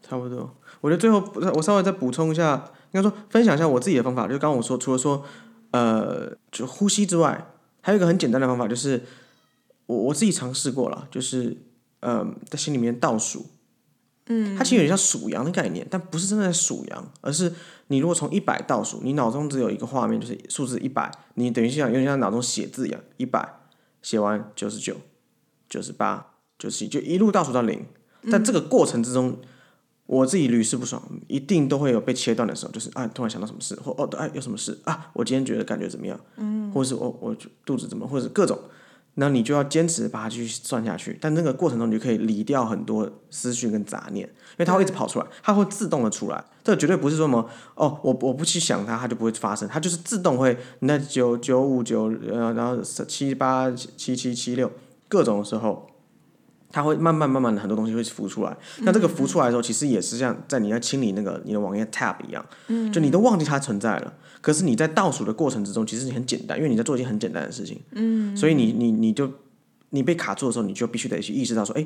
[SPEAKER 2] 差不多。我觉得最后我稍微再补充一下，应该说分享一下我自己的方法，就刚刚我说，除了说呃，就呼吸之外，还有一个很简单的方法，就是我我自己尝试过了，就是嗯、在心里面倒数。嗯，它其实有点像数羊的概念，但不是真的在数羊，而是你如果从一百倒数，你脑中只有一个画面，就是数字一百，你等于像有点像脑中写字一样，一百写完九十九、九十八、九十一，就一路倒数到零。但这个过程之中，我自己屡试不爽，一定都会有被切断的时候，就是啊，突然想到什么事，或哦，对，哎，有什么事啊？我今天觉得感觉怎么样？嗯，或者是哦，我肚子怎么，或者是各种，那你就要坚持把它继续算下去。但那个过程中，你就可以理掉很多思绪跟杂念，因为它会一直跑出来，它会自动的出来。这绝对不是说什么哦，我我不去想它，它就不会发生，它就是自动会那九九五九呃，然后七八七七七六各种的时候。它会慢慢慢慢的很多东西会浮出来，那这个浮出来的时候，其实也是像在你要清理那个你的网页 tab 一样，就你都忘记它存在了。可是你在倒数的过程之中，其实你很简单，因为你在做一件很简单的事情，嗯，所以你你你就你被卡住的时候，你就必须得去意识到说，哎，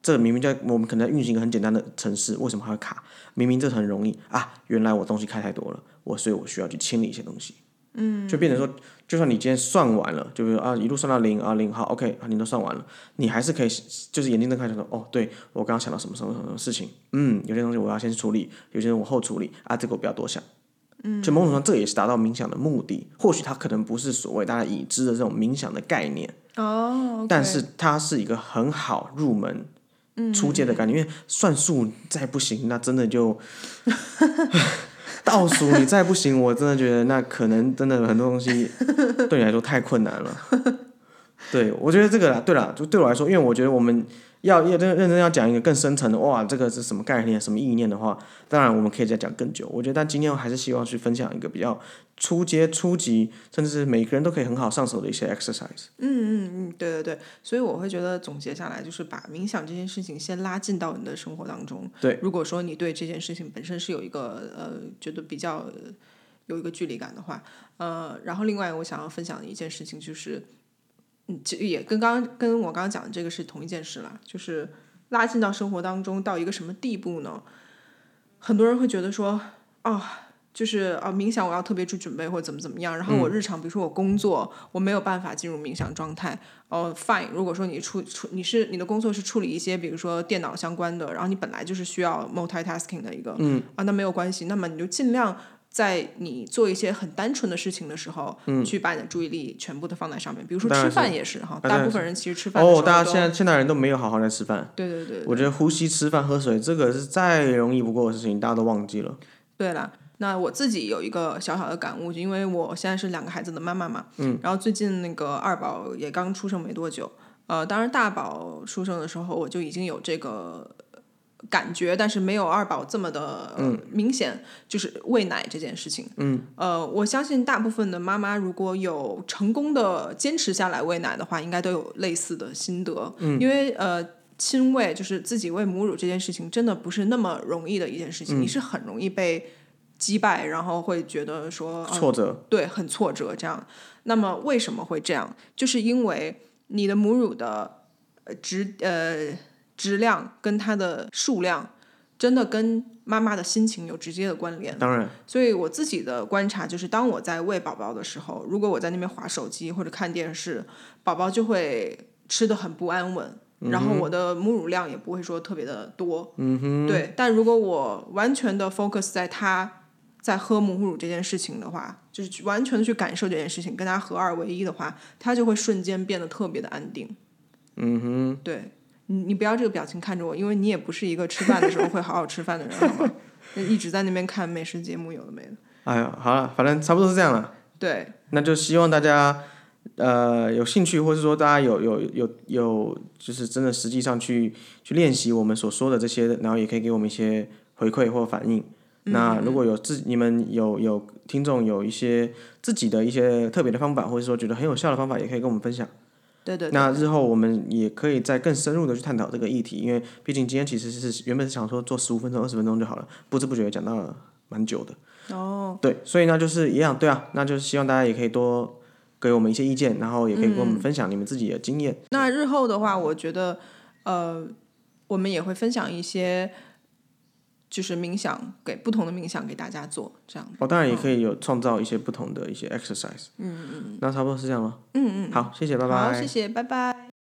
[SPEAKER 2] 这明明在我们可能在运行一个很简单的程式，为什么还会卡？明明这很容易啊，原来我东西开太多了，我所以我需要去清理一些东西，嗯，就变成说，就算你今天算完了，就比如啊一路算到零啊零好 OK 啊你都算完了，你还是可以就是眼睛睁开想说，哦，对我刚刚想到什么什么什么什么事情，嗯，有些东西我要先处理，有些我后处理啊，这个我不要多想。嗯，就某种程度上，这也是达到冥想的目的。或许它可能不是所谓大家已知的这种冥想的概念，
[SPEAKER 1] 哦
[SPEAKER 2] 但是它是一个很好入门、出街的概念。因为算术再不行，那真的就 倒数你再不行，我真的觉得那可能真的很多东西 对你来说太困难了。对，我觉得这个啦，对啦，就对我来说，因为我觉得我们要要认认真要讲一个更深层的，哇，这个是什么概念、什么意念的话，当然我们可以再讲更久。我觉得，但今天我还是希望去分享一个比较初阶、初级，甚至是每个人都可以很好上手的一些 exercise。
[SPEAKER 1] 嗯嗯嗯，对对对，所以我会觉得总结下来就是把冥想这件事情先拉进到你的生活当中。
[SPEAKER 2] 对，
[SPEAKER 1] 如果说你对这件事情本身是有一个呃觉得比较呃有一个距离感的话，呃，然后另外我想要分享的一件事情就是，嗯，其实也跟刚刚跟我刚刚讲的这个是同一件事啦，就是拉近到生活当中到一个什么地步呢？很多人会觉得说，哦，就是啊，冥想我要特别去准备或者怎么怎么样，然后
[SPEAKER 2] 嗯
[SPEAKER 1] 我日常比如说我工作，我没有办法进入冥想状态。哦，fine，如果说你处处你是你的工作是处理一些比如说电脑相关的，然后你本来就是需要 multitasking 的一个，嗯啊，那没有关系，那么你就尽量。在你做一些很单纯的事情的时候，嗯、去把你的注意力全部都放在上面，比如说
[SPEAKER 2] 当然
[SPEAKER 1] 吃
[SPEAKER 2] 是
[SPEAKER 1] 饭也是哈，
[SPEAKER 2] 当然
[SPEAKER 1] 大部分人其实吃饭的时
[SPEAKER 2] 哦
[SPEAKER 1] 候，
[SPEAKER 2] 大家
[SPEAKER 1] 都
[SPEAKER 2] 现在现代人都没有好好在吃饭，
[SPEAKER 1] 对对对
[SPEAKER 2] 我觉得呼吸、吃饭、喝水这个是再容易不过的事情，大家都忘记了。
[SPEAKER 1] 对了，那我自己有一个小小的感悟，就因为我现在是两个孩子的妈妈嘛，嗯，然后最近那个二宝也刚出生没多久，呃，当然大宝出生的时候我就已经有这个感觉，但是没有二宝这么的、呃明显，就是喂奶这件事情，嗯，呃，我相信大部分的妈妈如果有成功的坚持下来喂奶的话，应该都有类似的心得，嗯，因为呃。亲喂就是自己喂母乳这件事情，真的不是那么容易的一件事情。你是很容易被击败，然后会觉得说，啊
[SPEAKER 2] 挫折，
[SPEAKER 1] 对，很挫折这样。那么为什么会这样？就是因为你的母乳的呃质呃质量跟它的数量，真的跟妈妈的心情有直接的关联。
[SPEAKER 2] 当然，
[SPEAKER 1] 所以我自己的观察就是，当我在喂宝宝的时候，如果我在那边划手机或者看电视，宝宝就会吃的很不安稳。然后我的母乳量也不会说特别的多，嗯哼，对。但如果我完全的 focus 在他在喝母乳这件事情的话，就是去完全的去感受这件事情，跟他合二为一的话，他就会瞬间变得特别的安定。嗯哼，对你，你不要这个表情看着我，因为你也不是一个吃饭的时候会好好吃饭的人，好 吗？一直在那边看美食节目，有的没的。
[SPEAKER 2] 哎呀，好了，反正差不多是这样了。
[SPEAKER 1] 对，
[SPEAKER 2] 那就希望大家呃有兴趣，或是说大家有有有有，就是真的实际上去去练习我们所说的这些，然后也可以给我们一些回馈或反应。
[SPEAKER 1] 嗯
[SPEAKER 2] 那如果有自你们有有听众有一些自己的一些特别的方法，或者说觉得很有效的方法，也可以跟我们分享。
[SPEAKER 1] 对对对
[SPEAKER 2] 那日后我们也可以再更深入的去探讨这个议题，因为毕竟今天其实是原本是想说做十五分钟、二十分钟就好了，不知不觉讲到了蛮久的。哦，对，所以呢就是一样，对啊，那就是希望大家也可以多给我们一些意见，然后也可以跟我们分享你们自己的经验。
[SPEAKER 1] 那日后的话，我觉得，呃，我们也会分享一些，就是冥想给不同的冥想给大家做，这样。
[SPEAKER 2] 哦，当然也可以有创造一些不同的一些 exercise。嗯嗯，那差不多是这样吗？嗯嗯，好，谢谢，拜拜。
[SPEAKER 1] 好，谢谢，拜拜。